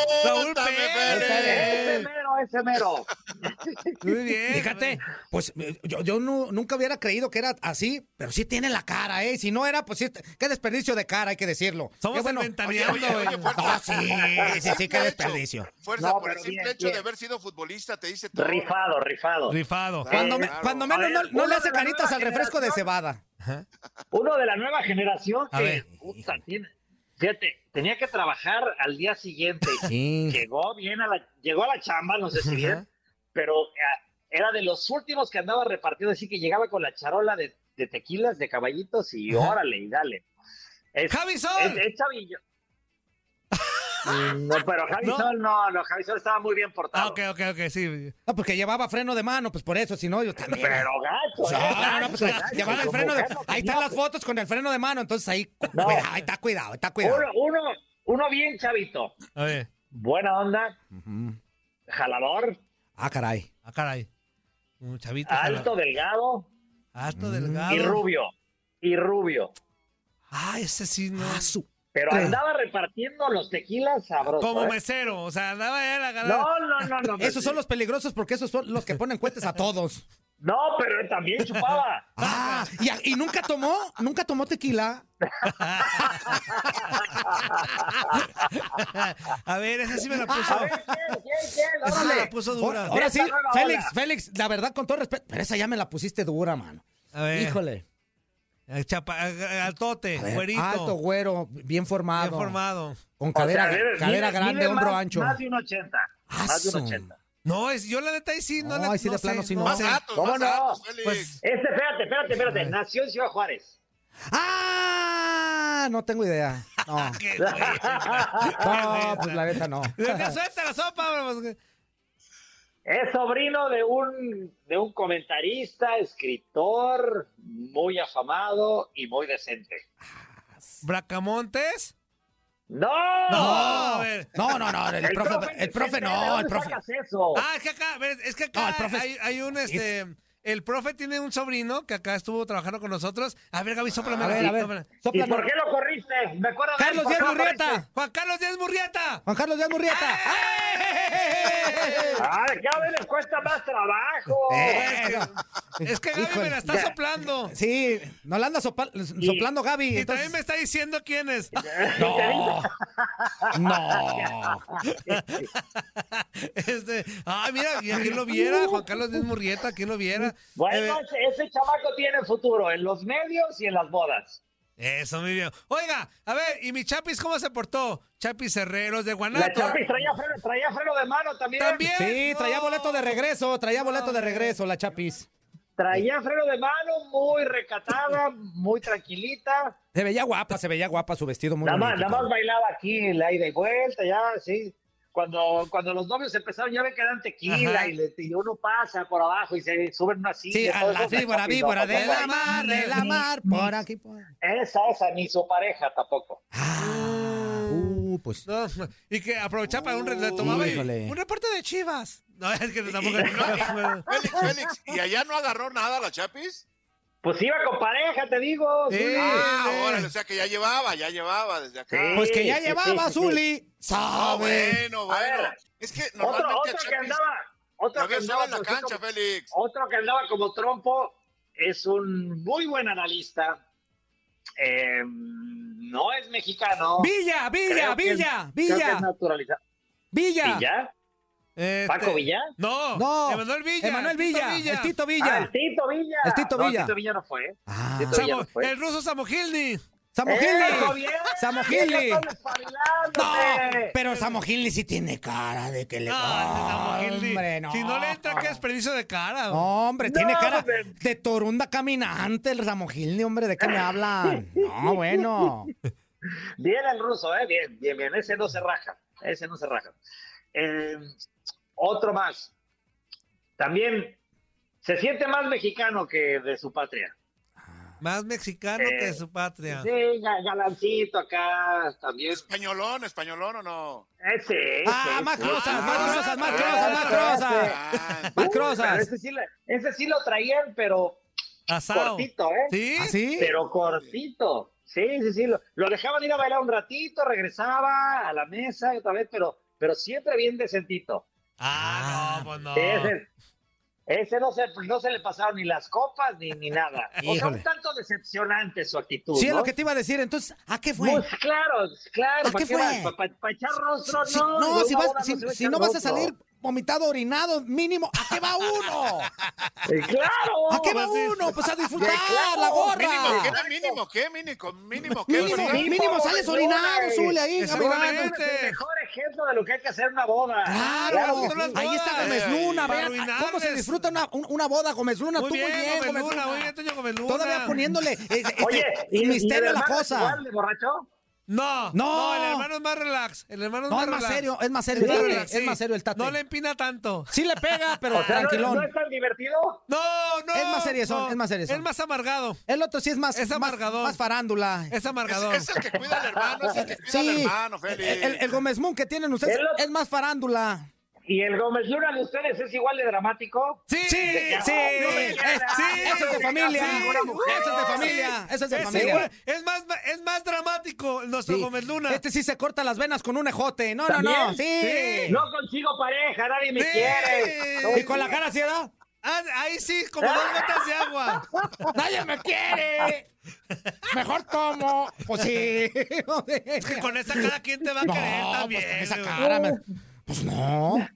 Speaker 3: Pregúntame,
Speaker 1: Pérez.
Speaker 12: Ese mero, ese mero.
Speaker 1: Muy bien.
Speaker 2: Fíjate, pues eh, yo, yo nu- nunca hubiera creído que era así, pero sí tiene la cara, ¿eh? Si no era, pues sí, qué desperdicio de cara, hay que decirlo.
Speaker 1: Somos
Speaker 2: Qué
Speaker 1: el ventaneando,
Speaker 3: Oye, oye,
Speaker 1: güey.
Speaker 3: oye, fuerza.
Speaker 2: No, sí, sí, sí, qué
Speaker 3: Simple
Speaker 2: desperdicio.
Speaker 3: hecho. Fuerza,
Speaker 12: No,
Speaker 3: por el
Speaker 12: pero
Speaker 3: simple
Speaker 12: bien,
Speaker 3: hecho de
Speaker 12: bien.
Speaker 3: haber sido futbolista, te dice todo.
Speaker 12: Rifado, rifado.
Speaker 1: Rifado.
Speaker 2: Cuando, me-
Speaker 3: claro.
Speaker 2: cuando
Speaker 12: A
Speaker 2: menos
Speaker 12: ver,
Speaker 2: no, no le
Speaker 12: una de
Speaker 2: hace
Speaker 12: la
Speaker 2: canitas
Speaker 12: nueva
Speaker 2: al refresco de
Speaker 12: generación.
Speaker 2: cebada.
Speaker 12: Uno de la nueva generación
Speaker 1: A ver.
Speaker 12: que puta, tiene- Fíjate, tenía que trabajar al día siguiente. Llegó bien a la, llegó a la chamba, no sé si bien, pero eh, era de los últimos que andaba repartiendo, así que llegaba con la charola de, de tequilas, de caballitos y
Speaker 1: Ajá.
Speaker 12: órale y dale. Es,
Speaker 1: Javi
Speaker 12: es,
Speaker 1: Sol.
Speaker 12: es chavillo. No, pero Javi
Speaker 1: No.
Speaker 12: Sol no, no, Javi Sol estaba muy bien portado.
Speaker 1: Ah, ok, ok, ok, sí.
Speaker 2: No, porque Ah, pues llevaba freno de mano, pues por eso, si no, yo también.
Speaker 12: Pero gacho,
Speaker 2: No,
Speaker 12: eh,
Speaker 2: no, no,
Speaker 12: gacho,
Speaker 2: pues, ahí-
Speaker 12: gacho,
Speaker 2: llevaba el
Speaker 12: como
Speaker 2: freno de.
Speaker 12: gacho
Speaker 2: Ahí
Speaker 12: tenía,
Speaker 2: están las
Speaker 12: pues,
Speaker 2: fotos con el freno de mano, entonces ahí.
Speaker 12: No.
Speaker 2: Cuidado, ahí está cuidado, ahí está cuidado.
Speaker 12: Uno, uno, uno bien chavito.
Speaker 1: A ver.
Speaker 12: Buena onda,
Speaker 2: Ujú.
Speaker 12: jalador,
Speaker 2: Ah, caray.
Speaker 1: Ah, caray. Un chavito.
Speaker 12: alto, delgado
Speaker 2: Mm.
Speaker 1: Alto, delgado.
Speaker 12: y rubio. Y rubio.
Speaker 1: Ah, ese sí, no.
Speaker 2: Ah, su-
Speaker 12: Pero
Speaker 1: Tres.
Speaker 12: andaba repartiendo los tequilas sabrosos.
Speaker 1: Como
Speaker 12: ¿eh?
Speaker 1: mesero, o sea, andaba ya la
Speaker 12: No, no, no, no.
Speaker 2: Esos son los peligrosos porque esos son los que ponen cuentes a todos.
Speaker 12: No, pero él también chupaba.
Speaker 2: Ah, y, a- y nunca tomó, nunca tomó tequila.
Speaker 1: A ver, esa sí me la puso.
Speaker 2: A ver,
Speaker 1: Esa
Speaker 2: Órale.
Speaker 1: me la puso dura.
Speaker 2: Ahora, ahora sí, Félix, Félix, la verdad, con todo respeto, pero esa ya me la pusiste dura, mano.
Speaker 1: A ver.
Speaker 2: Híjole.
Speaker 1: Eh, Chapa, eh, altote, güerito.
Speaker 2: Alto, güero, bien formado.
Speaker 1: Bien formado.
Speaker 2: Con
Speaker 1: O
Speaker 2: cadera,
Speaker 1: sea, mide-
Speaker 2: cadera
Speaker 1: mide-
Speaker 2: grande,
Speaker 1: mide
Speaker 2: hombro
Speaker 1: más-
Speaker 2: ancho.
Speaker 1: más
Speaker 12: de un 80.
Speaker 1: más de un
Speaker 2: 80.
Speaker 1: No, es, yo la neta ahí sí,
Speaker 2: No,
Speaker 1: no, la
Speaker 2: ahí sí
Speaker 1: no
Speaker 2: de
Speaker 1: sé,
Speaker 2: plano sí
Speaker 1: no
Speaker 2: no.
Speaker 1: sé.
Speaker 2: Más datos,
Speaker 12: ¿Cómo no?
Speaker 1: Pues-
Speaker 12: Este, espérate, espérate, espérate. Nació en Ciudad Juárez.
Speaker 2: Ah, no tengo idea. No. no, pues la neta no.
Speaker 1: Ya Suelta la sopa. vamos.
Speaker 12: Es sobrino de un, de un comentarista, escritor, muy afamado y muy decente.
Speaker 1: ¿Bracamontes?
Speaker 12: ¡No!
Speaker 1: No, a ver.
Speaker 2: No, no, no, el
Speaker 1: El
Speaker 2: profe,
Speaker 1: profe-
Speaker 2: el profe
Speaker 1: ¿de
Speaker 2: no,
Speaker 1: dónde
Speaker 2: el profe.
Speaker 1: sacas
Speaker 12: eso?
Speaker 1: Ah, es que acá, a ver, es que acá
Speaker 2: No, el profe es-
Speaker 1: hay, hay un este. El profe tiene un sobrino que acá estuvo trabajando con nosotros. A ver, Gaby, sóplame.
Speaker 2: A ver, a ver,
Speaker 12: ¿Y
Speaker 2: sóplame.
Speaker 12: por qué lo corriste? Me acuerdo de
Speaker 2: Carlos
Speaker 12: él, ¿por
Speaker 2: Díaz
Speaker 12: qué lo
Speaker 2: Murrieta.
Speaker 1: Juan Carlos Díaz Murrieta. ¡Eh!
Speaker 2: Juan Carlos Díaz Murrieta.
Speaker 12: corriste? Ah, cada vez les cuesta más trabajo.
Speaker 1: Es que Gaby me la está
Speaker 2: Híjole.
Speaker 1: soplando.
Speaker 2: Sí, no la anda sopa- soplando Gaby.
Speaker 1: Y
Speaker 2: entonces-
Speaker 1: también me está diciendo quién es.
Speaker 2: No. No.
Speaker 1: Este, ah, mira, y a quién lo viera, Juan Carlos Díaz Murrieta, a quién lo viera.
Speaker 2: Eh,
Speaker 12: Bueno, ese, ese chamaco tiene futuro en los medios y en las bodas.
Speaker 1: Eso, mi bien. Oiga, a ver, ¿y mi Chapis cómo se portó? Chapis Herreros de
Speaker 12: La
Speaker 1: Guanato.
Speaker 12: Chapis traía freno, traía freno de mano también.
Speaker 1: También.
Speaker 2: Sí, traía
Speaker 1: No.
Speaker 2: boleto de regreso, traía boleto de regreso la Chapis.
Speaker 12: Traía freno de mano, muy recatada, muy tranquilita.
Speaker 2: Se veía guapa, se veía guapa su vestido muy
Speaker 12: Nada más,
Speaker 2: bonito,
Speaker 12: nada más
Speaker 2: cabrón.
Speaker 12: bailaba aquí, la ida y vuelta, ya, sí. Cuando, cuando los novios empezaron, ya ven que dan tequila
Speaker 2: Ajá.
Speaker 12: y, le- y uno pasa por abajo y se suben una silla.
Speaker 2: Sí, a
Speaker 12: todo
Speaker 2: la
Speaker 12: eso,
Speaker 2: víbora,
Speaker 12: Chapis,
Speaker 2: víbora
Speaker 12: no,
Speaker 2: de
Speaker 12: no,
Speaker 2: la
Speaker 12: no.
Speaker 2: mar, Ah, de la mar, por aquí, por
Speaker 12: Esa, esa, ni su pareja tampoco.
Speaker 2: Uh, pues.
Speaker 1: No, y que aprovechaba para un re- le tomaba y-
Speaker 2: Híjole.
Speaker 1: un reporte de Chivas. No, es que tampoco. no,
Speaker 3: Félix, Félix, ¿y allá no agarró nada la Chapis?
Speaker 12: Pues iba con pareja, te digo.
Speaker 1: Sí.
Speaker 3: Ah,
Speaker 1: Eh.
Speaker 3: órale, o sea que ya llevaba, ya llevaba desde acá.
Speaker 12: Sí.
Speaker 2: Pues que ya
Speaker 12: sí,
Speaker 2: llevaba
Speaker 12: sí, sí.
Speaker 2: Zuli.
Speaker 3: Ah,
Speaker 2: Sabe.
Speaker 3: bueno,
Speaker 12: A ver,
Speaker 3: bueno. Es que normalmente
Speaker 12: Otro,
Speaker 3: a
Speaker 12: otro que
Speaker 3: Chapis
Speaker 12: andaba,
Speaker 3: lo
Speaker 12: otro que
Speaker 3: había usado
Speaker 12: andaba
Speaker 3: en la
Speaker 12: por
Speaker 3: cancha,
Speaker 12: cierto,
Speaker 3: Félix.
Speaker 12: Otro que andaba como trompo es un muy buen analista. Eh, no es mexicano.
Speaker 2: Villa, Villa,
Speaker 12: Creo que
Speaker 2: Villa,
Speaker 12: es- creo que
Speaker 2: Villa,
Speaker 12: es naturalizado.
Speaker 2: Villa.
Speaker 12: ¿Villa?
Speaker 1: Este,
Speaker 12: ¿Paco Villa?
Speaker 1: No,
Speaker 2: No,
Speaker 1: Emanuel Villa.
Speaker 2: Emanuel
Speaker 1: Tito
Speaker 2: Villa, el Tito Villa.
Speaker 12: Ah, el Tito Villa.
Speaker 2: El Tito
Speaker 12: No,
Speaker 2: Villa.
Speaker 12: Tito Villa no fue. ¿eh?
Speaker 2: Ah.
Speaker 12: Tito Villa pues.
Speaker 1: Samo-
Speaker 12: no fue. ¡Eh,
Speaker 1: el ruso Samogilny.
Speaker 12: ¡Eso,
Speaker 2: Samogilli.
Speaker 12: bien!
Speaker 2: Samogilli.
Speaker 12: Ellos son espabilándose.
Speaker 2: No, pero Samogilli sí tiene cara de que le.
Speaker 1: No, Samogilny.
Speaker 2: hombre, no.
Speaker 1: Si no le entra, qué desperdicio de cara.
Speaker 2: No, hombre, tiene
Speaker 12: No,
Speaker 2: cara
Speaker 12: hombre.
Speaker 2: de torunda caminante el Samogilli, hombre, ¿de qué me hablan? No, bueno.
Speaker 12: Bien el ruso, ¿eh? Bien, bien, bien. Ese no se raja. Ese no se raja. Eh, otro más. También se siente más mexicano que de su patria.
Speaker 1: Más mexicano
Speaker 12: Eh,
Speaker 1: que de su patria.
Speaker 12: Sí, ga- galancito acá también. Eh,
Speaker 3: ¿Españolón, españolón o no?
Speaker 12: Ese, ese.
Speaker 2: Ah,
Speaker 12: ese.
Speaker 2: más crozas,
Speaker 3: ah,
Speaker 2: más crozas, más
Speaker 3: ah,
Speaker 2: crozas, más crozas.
Speaker 3: Ah,
Speaker 2: Más
Speaker 12: eh, Uy, pero
Speaker 2: crozas.
Speaker 12: Ese sí, la- ese sí lo traían, pero
Speaker 1: Asado.
Speaker 12: cortito, ¿eh?
Speaker 1: ¿Sí?
Speaker 2: ¿Así?
Speaker 12: Pero cortito. Sí, sí, sí. Lo, lo dejaban ir a bailar un ratito, regresaba a la mesa y otra vez, pero, pero siempre bien decentito.
Speaker 1: Ah, no, pues no.
Speaker 12: Ese, ese no, se, pues, no se le pasaron ni las copas ni, ni nada. O sea,
Speaker 2: Híjole.
Speaker 12: un tanto decepcionante su actitud.
Speaker 2: Sí, es
Speaker 12: ¿no?
Speaker 2: lo que te iba a decir. Entonces, ¿a qué fue?
Speaker 12: Pues claro, claro.
Speaker 2: ¿Para qué fue?
Speaker 12: ¿Para echar rostro?
Speaker 2: Si-
Speaker 12: no,
Speaker 2: no,
Speaker 12: de
Speaker 2: si,
Speaker 12: una
Speaker 2: vas-
Speaker 12: boda
Speaker 2: si-
Speaker 12: se va
Speaker 2: si
Speaker 12: echar
Speaker 2: no vas a
Speaker 12: rostro.
Speaker 2: salir vomitado, orinado, mínimo, ¿a qué va uno?
Speaker 12: Eh, ¡Claro!
Speaker 2: ¿A qué va
Speaker 1: pues sí.
Speaker 2: uno? Pues a disfrutar
Speaker 12: Sí, claro,
Speaker 2: la
Speaker 3: Mínimo,
Speaker 2: gorra.
Speaker 3: ¿qué? Mínimo, ¿qué? Mínimo, mínimo, ¿qué?
Speaker 2: Mínimo,
Speaker 3: Pues,
Speaker 12: sí,
Speaker 2: mínimo,
Speaker 12: pues,
Speaker 2: sales
Speaker 12: sí,
Speaker 2: orinado,
Speaker 12: güey.
Speaker 2: Sule ahí,
Speaker 1: Exactamente.
Speaker 2: caminando.
Speaker 12: Seguramente es el mejor ejemplo de lo que hay que hacer en una boda.
Speaker 2: Claro,
Speaker 1: pues, son las
Speaker 2: ahí
Speaker 1: bodas,
Speaker 2: está Gómez
Speaker 3: eh,
Speaker 2: Luna,
Speaker 1: para
Speaker 2: vean cómo se
Speaker 1: arruinarles.
Speaker 2: disfruta una, un- una boda, Gómez Luna,
Speaker 1: Muy
Speaker 2: tú
Speaker 1: bien,
Speaker 2: muy bien,
Speaker 1: Gómez
Speaker 2: Gómez
Speaker 1: Luna,
Speaker 2: Luna.
Speaker 1: muy bien, Toño Gómez Luna.
Speaker 2: Todavía poniéndole eh, este,
Speaker 12: Oye, ¿y- y
Speaker 2: un
Speaker 12: el
Speaker 2: misterio a la
Speaker 12: hermano es
Speaker 2: cosa.
Speaker 12: igual de borracho?
Speaker 1: No,
Speaker 2: No.
Speaker 1: no, el hermano es más relax. El hermano es
Speaker 2: No,
Speaker 1: más
Speaker 2: es más
Speaker 1: relax.
Speaker 2: serio, es más serio el
Speaker 1: más
Speaker 2: tate,
Speaker 1: relax,
Speaker 2: es
Speaker 1: sí.
Speaker 2: más serio el tate.
Speaker 1: No le empina tanto.
Speaker 2: Sí le pega, pero
Speaker 12: O sea, ¿no-
Speaker 2: tranquilón.
Speaker 12: ¿no es tan divertido?
Speaker 1: No, no.
Speaker 2: Es más seriezón, es más seriezón.
Speaker 1: Es más amargado.
Speaker 2: El otro sí es más,
Speaker 1: Es
Speaker 2: más,
Speaker 1: amargador.
Speaker 2: más farándula.
Speaker 1: Es amargador.
Speaker 3: Es, es el que cuida al hermano, es el que cuida al
Speaker 2: sí,
Speaker 3: hermano, Félix.
Speaker 2: el, el Gómez Moon que tienen ustedes
Speaker 12: El otro-
Speaker 2: es más farándula.
Speaker 12: ¿Y el Gómez Luna de ustedes es igual de dramático?
Speaker 2: Sí, sí, sí, eh, eso es de familia, eso es de familia, eso es de familia.
Speaker 1: igual, Es más, es más dramático el nuestro
Speaker 2: Sí.
Speaker 1: Gómez Luna.
Speaker 2: Este sí se corta las venas con un ejote. No, no, no. Sí.
Speaker 12: No consigo pareja, nadie me
Speaker 2: Sí.
Speaker 12: quiere.
Speaker 2: Y con la cara así, ¿no?
Speaker 1: Ah, ahí sí, como dos gotas de agua.
Speaker 2: ¡Nadie me quiere! Mejor tomo. Pues sí.
Speaker 1: Es que con esa cara, ¿quién te va a
Speaker 2: No,
Speaker 1: querer
Speaker 2: pues,
Speaker 1: también?
Speaker 2: con esa
Speaker 1: güey? Pues
Speaker 2: cara me- Pues no.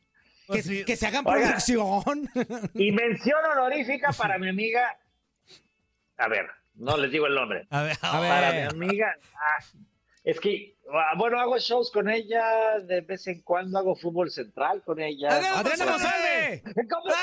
Speaker 2: Que, que se hagan producción.
Speaker 12: Y mención honorífica para mi amiga. A ver, no les digo el nombre.
Speaker 1: A ver,
Speaker 2: a
Speaker 12: Para mi
Speaker 2: ver.
Speaker 12: amiga. ah, es que, ah, bueno, hago shows con ella de vez en cuando, hago fútbol central con ella.
Speaker 2: ¡Adriana González!
Speaker 12: ¿Cómo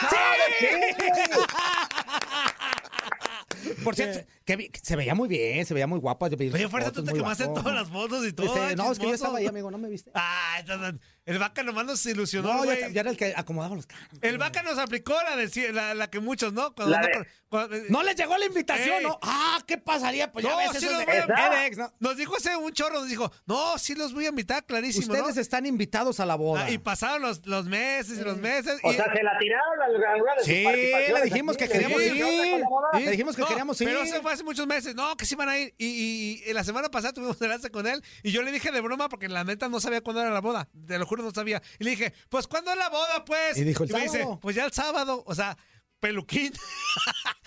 Speaker 2: Por cierto, que vi- que se veía muy bien, se veía muy guapa. Oye,
Speaker 1: Fuerza, tú te quemaste en todas las fotos y todo. ah,
Speaker 2: Este, no, es que yo
Speaker 1: chismoso.
Speaker 2: estaba ahí, amigo, no me viste.
Speaker 1: Ah, entonces, el vaca nomás nos ilusionó,
Speaker 2: No,
Speaker 1: güey.
Speaker 2: ya, ya era el que acomodaba los canos.
Speaker 1: El vaca nos aplicó la, de, ci- la, la que muchos, ¿no? Cuando
Speaker 2: La
Speaker 1: no
Speaker 2: de-
Speaker 1: con- cuando-
Speaker 2: No les llegó la invitación,
Speaker 1: Ey.
Speaker 2: ¿no? Ah, ¿qué pasaría? Pues ya
Speaker 1: No,
Speaker 2: ves,
Speaker 1: sí
Speaker 2: eso
Speaker 1: los
Speaker 2: es
Speaker 1: voy
Speaker 2: de-
Speaker 1: a invitar.
Speaker 2: era ex, ¿no?
Speaker 1: Nos dijo hace un chorro, nos dijo, no, sí los voy a invitar, clarísimo.
Speaker 2: Ustedes
Speaker 1: ¿no?
Speaker 2: están invitados a la boda.
Speaker 1: Ah, y pasaron los, los meses y los meses.
Speaker 12: O
Speaker 1: y-
Speaker 12: sea, se la tiraron al lugar de sus
Speaker 2: Sí,
Speaker 12: participaciones
Speaker 2: le dijimos
Speaker 12: aquí,
Speaker 2: que queríamos
Speaker 12: ¿qué onda
Speaker 2: ir.
Speaker 12: con la boda?
Speaker 2: Le dijimos que queríamos ir.
Speaker 1: Pero eso fue hace muchos meses. No, que sí van a ir. Y, y- y la semana pasada tuvimos el enlace con él. Y yo le dije de broma, porque la neta no sabía cuándo era la boda. Te lo juro, no sabía. Y le dije, pues ¿cuándo es la boda, pues?
Speaker 2: Y dijo, "El
Speaker 1: me dice,
Speaker 2: sábado".
Speaker 1: pues ya el sábado. O sea, peluquín.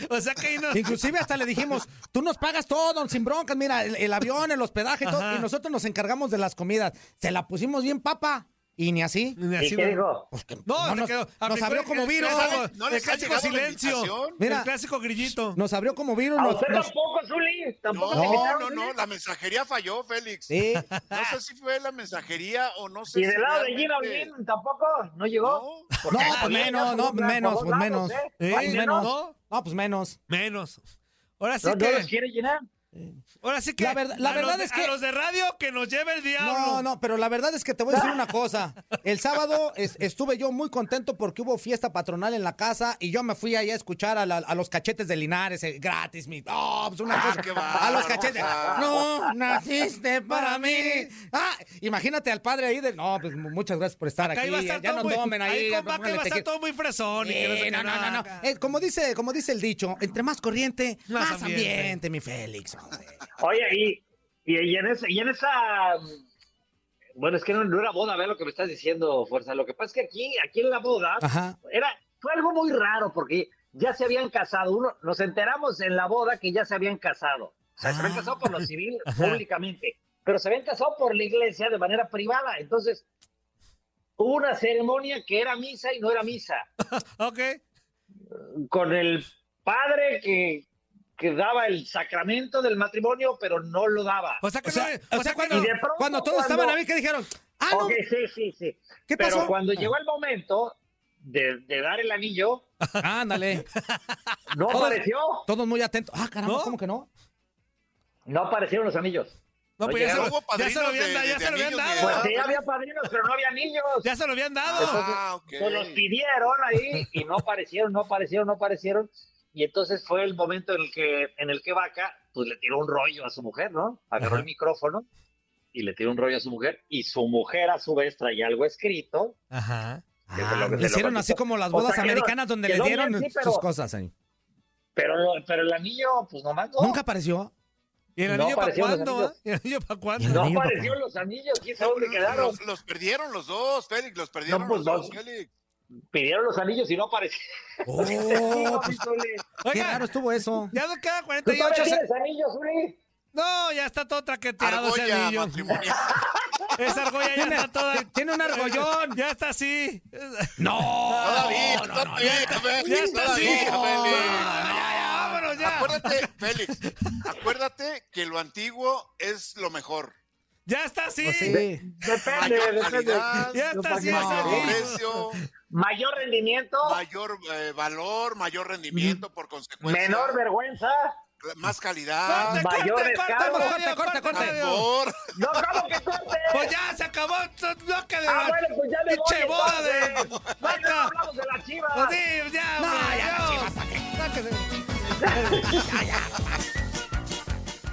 Speaker 1: o sea que ahí no.
Speaker 2: Inclusive hasta le dijimos, tú nos pagas todo, sin broncas, mira, el, el avión, el hospedaje y todo,
Speaker 1: Ajá.
Speaker 2: y nosotros nos encargamos de las comidas. Se la pusimos bien papa. Y ni así.
Speaker 1: Ni así, güey.
Speaker 2: Pues que-
Speaker 1: No,
Speaker 2: no
Speaker 1: se
Speaker 2: nos,
Speaker 1: quedó.
Speaker 2: nos
Speaker 1: Aplicó
Speaker 2: abrió
Speaker 1: el-
Speaker 2: como
Speaker 1: el
Speaker 2: virus.
Speaker 1: clásico-
Speaker 3: ¿No
Speaker 1: el
Speaker 3: les ha
Speaker 1: clásico
Speaker 3: llegado la
Speaker 1: silencio.
Speaker 3: invitación? Ah,
Speaker 2: Mira.
Speaker 1: el clásico grillito.
Speaker 2: Nos abrió como virus.
Speaker 12: A
Speaker 2: nos-
Speaker 12: usted
Speaker 2: nos-
Speaker 12: tampoco, Zuli. Tampoco te
Speaker 3: No,
Speaker 12: invitaron.
Speaker 3: no, no, la mensajería falló, Félix.
Speaker 2: Sí.
Speaker 3: No sé si fue la mensajería o no sé
Speaker 12: Y
Speaker 3: si
Speaker 12: del lado de Gina
Speaker 3: realmente-
Speaker 12: Olguín tampoco, no llegó.
Speaker 2: No,
Speaker 12: Porque
Speaker 2: pues
Speaker 12: también
Speaker 2: menos,
Speaker 12: ya
Speaker 2: no,
Speaker 12: por un-
Speaker 2: menos,
Speaker 12: por
Speaker 2: pues
Speaker 12: dos
Speaker 2: menos.
Speaker 12: lados, ¿eh?
Speaker 1: ¿Eh?
Speaker 12: Ay,
Speaker 1: ¿Menos?
Speaker 12: menos. No,
Speaker 1: No,
Speaker 2: No, pues menos.
Speaker 1: menos. Ahora sí
Speaker 12: no
Speaker 1: que.
Speaker 12: los quiere llenar.
Speaker 1: Ahora sí que.
Speaker 2: La verdad- la
Speaker 1: a los
Speaker 2: verdad
Speaker 1: de-
Speaker 2: es que-
Speaker 1: A los de radio que nos lleve el diablo.
Speaker 2: No, no, pero la verdad es que te voy a decir una cosa. El sábado es- estuve yo muy contento porque hubo fiesta patronal en la casa y yo me fui ahí a escuchar a, la- a los cachetes de Linares eh, gratis. Mi, oh, pues una
Speaker 3: Ah,
Speaker 2: cosa.
Speaker 3: qué
Speaker 2: a los
Speaker 3: bárbaro,
Speaker 2: cachetes.
Speaker 3: o sea.
Speaker 2: No, naciste para mí. Ah, imagínate al padre ahí de. No, pues mu- muchas gracias por estar
Speaker 1: Que ahí
Speaker 2: aquí.
Speaker 1: va a estar
Speaker 2: Ya
Speaker 1: todo
Speaker 2: no
Speaker 1: muy-
Speaker 2: tomen ahí.
Speaker 1: ahí
Speaker 2: ya
Speaker 1: con Vaca
Speaker 2: pónganle
Speaker 1: va a estar
Speaker 2: tequila.
Speaker 1: todo muy fresón. y que no sé
Speaker 2: Eh,
Speaker 1: qué,
Speaker 2: no, no, no, no.
Speaker 1: acá.
Speaker 2: Eh, como, dice, como dice el dicho, entre más corriente,
Speaker 1: Más
Speaker 2: más,
Speaker 1: ambiente.
Speaker 2: ambiente. mi Félix.
Speaker 12: Oye, y, y, y en esa, y en esa. mm, Bueno, es que no, no era boda, ver lo que me estás diciendo, Fuerza. Lo que pasa es que aquí, aquí en la boda,
Speaker 2: Ajá.
Speaker 12: era, fue algo muy raro porque ya se habían casado. Uno, nos enteramos en la boda que ya se habían casado. O sea, se
Speaker 2: Ah.
Speaker 12: habían casado por lo civil públicamente, pero se habían casado por la iglesia de manera privada. Entonces, hubo una ceremonia que era misa y no era misa.
Speaker 1: Ok.
Speaker 12: Con el padre que, que daba el sacramento del matrimonio, pero no lo daba.
Speaker 1: O sea, que
Speaker 2: O sea,
Speaker 1: no-
Speaker 2: o
Speaker 1: o sea,
Speaker 2: sea,
Speaker 1: que
Speaker 2: cuando,
Speaker 1: no-
Speaker 12: de pronto,
Speaker 2: cuando todos
Speaker 12: cuando-
Speaker 2: estaban a mí, que dijeron? Ah, no.
Speaker 12: Ok, sí, sí, sí.
Speaker 2: ¿Qué
Speaker 12: Pero
Speaker 2: pasó?
Speaker 12: cuando
Speaker 2: Ah.
Speaker 12: llegó el momento de, de dar el anillo,
Speaker 2: Ándale.
Speaker 12: no
Speaker 2: Todos-
Speaker 12: apareció.
Speaker 2: Todos muy atentos. Ah, caramba,
Speaker 1: ¿No?
Speaker 2: ¿cómo que no?
Speaker 12: No aparecieron los anillos.
Speaker 1: No,
Speaker 12: No
Speaker 1: pues ya se,
Speaker 12: llegaron.
Speaker 1: lo,
Speaker 3: Hubo
Speaker 1: ya se lo
Speaker 3: padrinos
Speaker 1: habían,
Speaker 3: de-
Speaker 1: da- ya
Speaker 3: de- de
Speaker 1: se lo habían
Speaker 3: anillos,
Speaker 1: dado.
Speaker 12: Pues
Speaker 3: Ah,
Speaker 12: sí,
Speaker 3: pero-
Speaker 12: había padrinos, pero no había anillos.
Speaker 1: Ya se lo habían dado.
Speaker 3: Ah, ok.
Speaker 12: Nos los pidieron ahí y no aparecieron, no aparecieron, no aparecieron. Y entonces fue el momento en el que, en el que Vaca, pues le tiró un rollo a su mujer, ¿no? Agarró el micrófono y le tiró un rollo a su mujer. Y su mujer, a su vez, traía algo escrito.
Speaker 1: Ajá.
Speaker 12: que se lo-
Speaker 2: Ah,
Speaker 12: que
Speaker 2: le
Speaker 12: se lo
Speaker 2: hicieron
Speaker 12: contestó.
Speaker 2: así como las
Speaker 12: O sea,
Speaker 2: bodas
Speaker 12: quedó-
Speaker 2: americanas donde le
Speaker 12: quedó
Speaker 2: dieron
Speaker 12: bien, sí, pero-
Speaker 2: sus cosas ahí.
Speaker 12: Pero, lo- pero el anillo, pues nomás no.
Speaker 2: Nunca apareció. ¿eh?
Speaker 1: ¿Y el
Speaker 12: No
Speaker 1: anillo para
Speaker 12: aparecieron los
Speaker 1: cuándo?
Speaker 12: anillos.
Speaker 1: ah? ¿Y el anillo para cuándo?
Speaker 2: el
Speaker 12: no
Speaker 2: anillo,
Speaker 12: aparecieron
Speaker 2: papá.
Speaker 12: los anillos, quién sabe
Speaker 3: No,
Speaker 12: dónde quedaron.
Speaker 3: los, los perdieron los dos, Félix, los perdieron
Speaker 12: No, pues,
Speaker 3: los
Speaker 12: no.
Speaker 3: dos, Félix.
Speaker 12: Pidieron los anillos y no aparecieron.
Speaker 2: Oh, pues, qué
Speaker 1: Oiga,
Speaker 2: raro estuvo eso.
Speaker 1: ya nos quedan
Speaker 12: ¿Tú todavía
Speaker 1: 48 se-
Speaker 12: tienes anillos, Uri?
Speaker 1: No, ya está todo traqueteado ese
Speaker 3: Argolla
Speaker 1: anillo.
Speaker 3: matrimonial.
Speaker 1: Esa argolla ya
Speaker 2: Tiene-
Speaker 1: está toda.
Speaker 2: tiene un argollón.
Speaker 1: Ya está así.
Speaker 2: No.
Speaker 3: Oh, Todavía, todavía,
Speaker 1: Ya
Speaker 3: Félix,
Speaker 1: está así.
Speaker 3: todavía, Félix.
Speaker 1: Ya, ya, vámonos ya.
Speaker 3: Acuérdate, Félix, acuérdate que lo antiguo es lo mejor.
Speaker 1: Ya está así.
Speaker 2: Pues sí.
Speaker 12: Depende,
Speaker 3: Mayor
Speaker 12: depende.
Speaker 3: calidad,
Speaker 1: Ya está así ese
Speaker 3: mayor
Speaker 1: anillo.
Speaker 3: precio,
Speaker 12: Mayor rendimiento,
Speaker 3: mayor eh, valor, mayor rendimiento por consecuencia.
Speaker 12: menor vergüenza.
Speaker 3: Más calidad,
Speaker 1: Corte, corte,
Speaker 12: Mayor
Speaker 1: corte,
Speaker 12: escándalo.
Speaker 1: corte, corte, corte, corte.
Speaker 3: mejor.
Speaker 12: Ah, No, ¿cómo que corte?
Speaker 1: Pues ya se acabó el bloque de
Speaker 12: Ah, bueno, pues ya me voy.
Speaker 1: pinche boda de
Speaker 12: entonces. Mañana
Speaker 1: vaca.
Speaker 12: hablamos de las chivas.
Speaker 1: Pues sí, ya,
Speaker 2: No,
Speaker 1: hombre,
Speaker 2: ya,
Speaker 1: adiós.
Speaker 2: chivas, ¿pa' qué?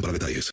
Speaker 14: para detalles.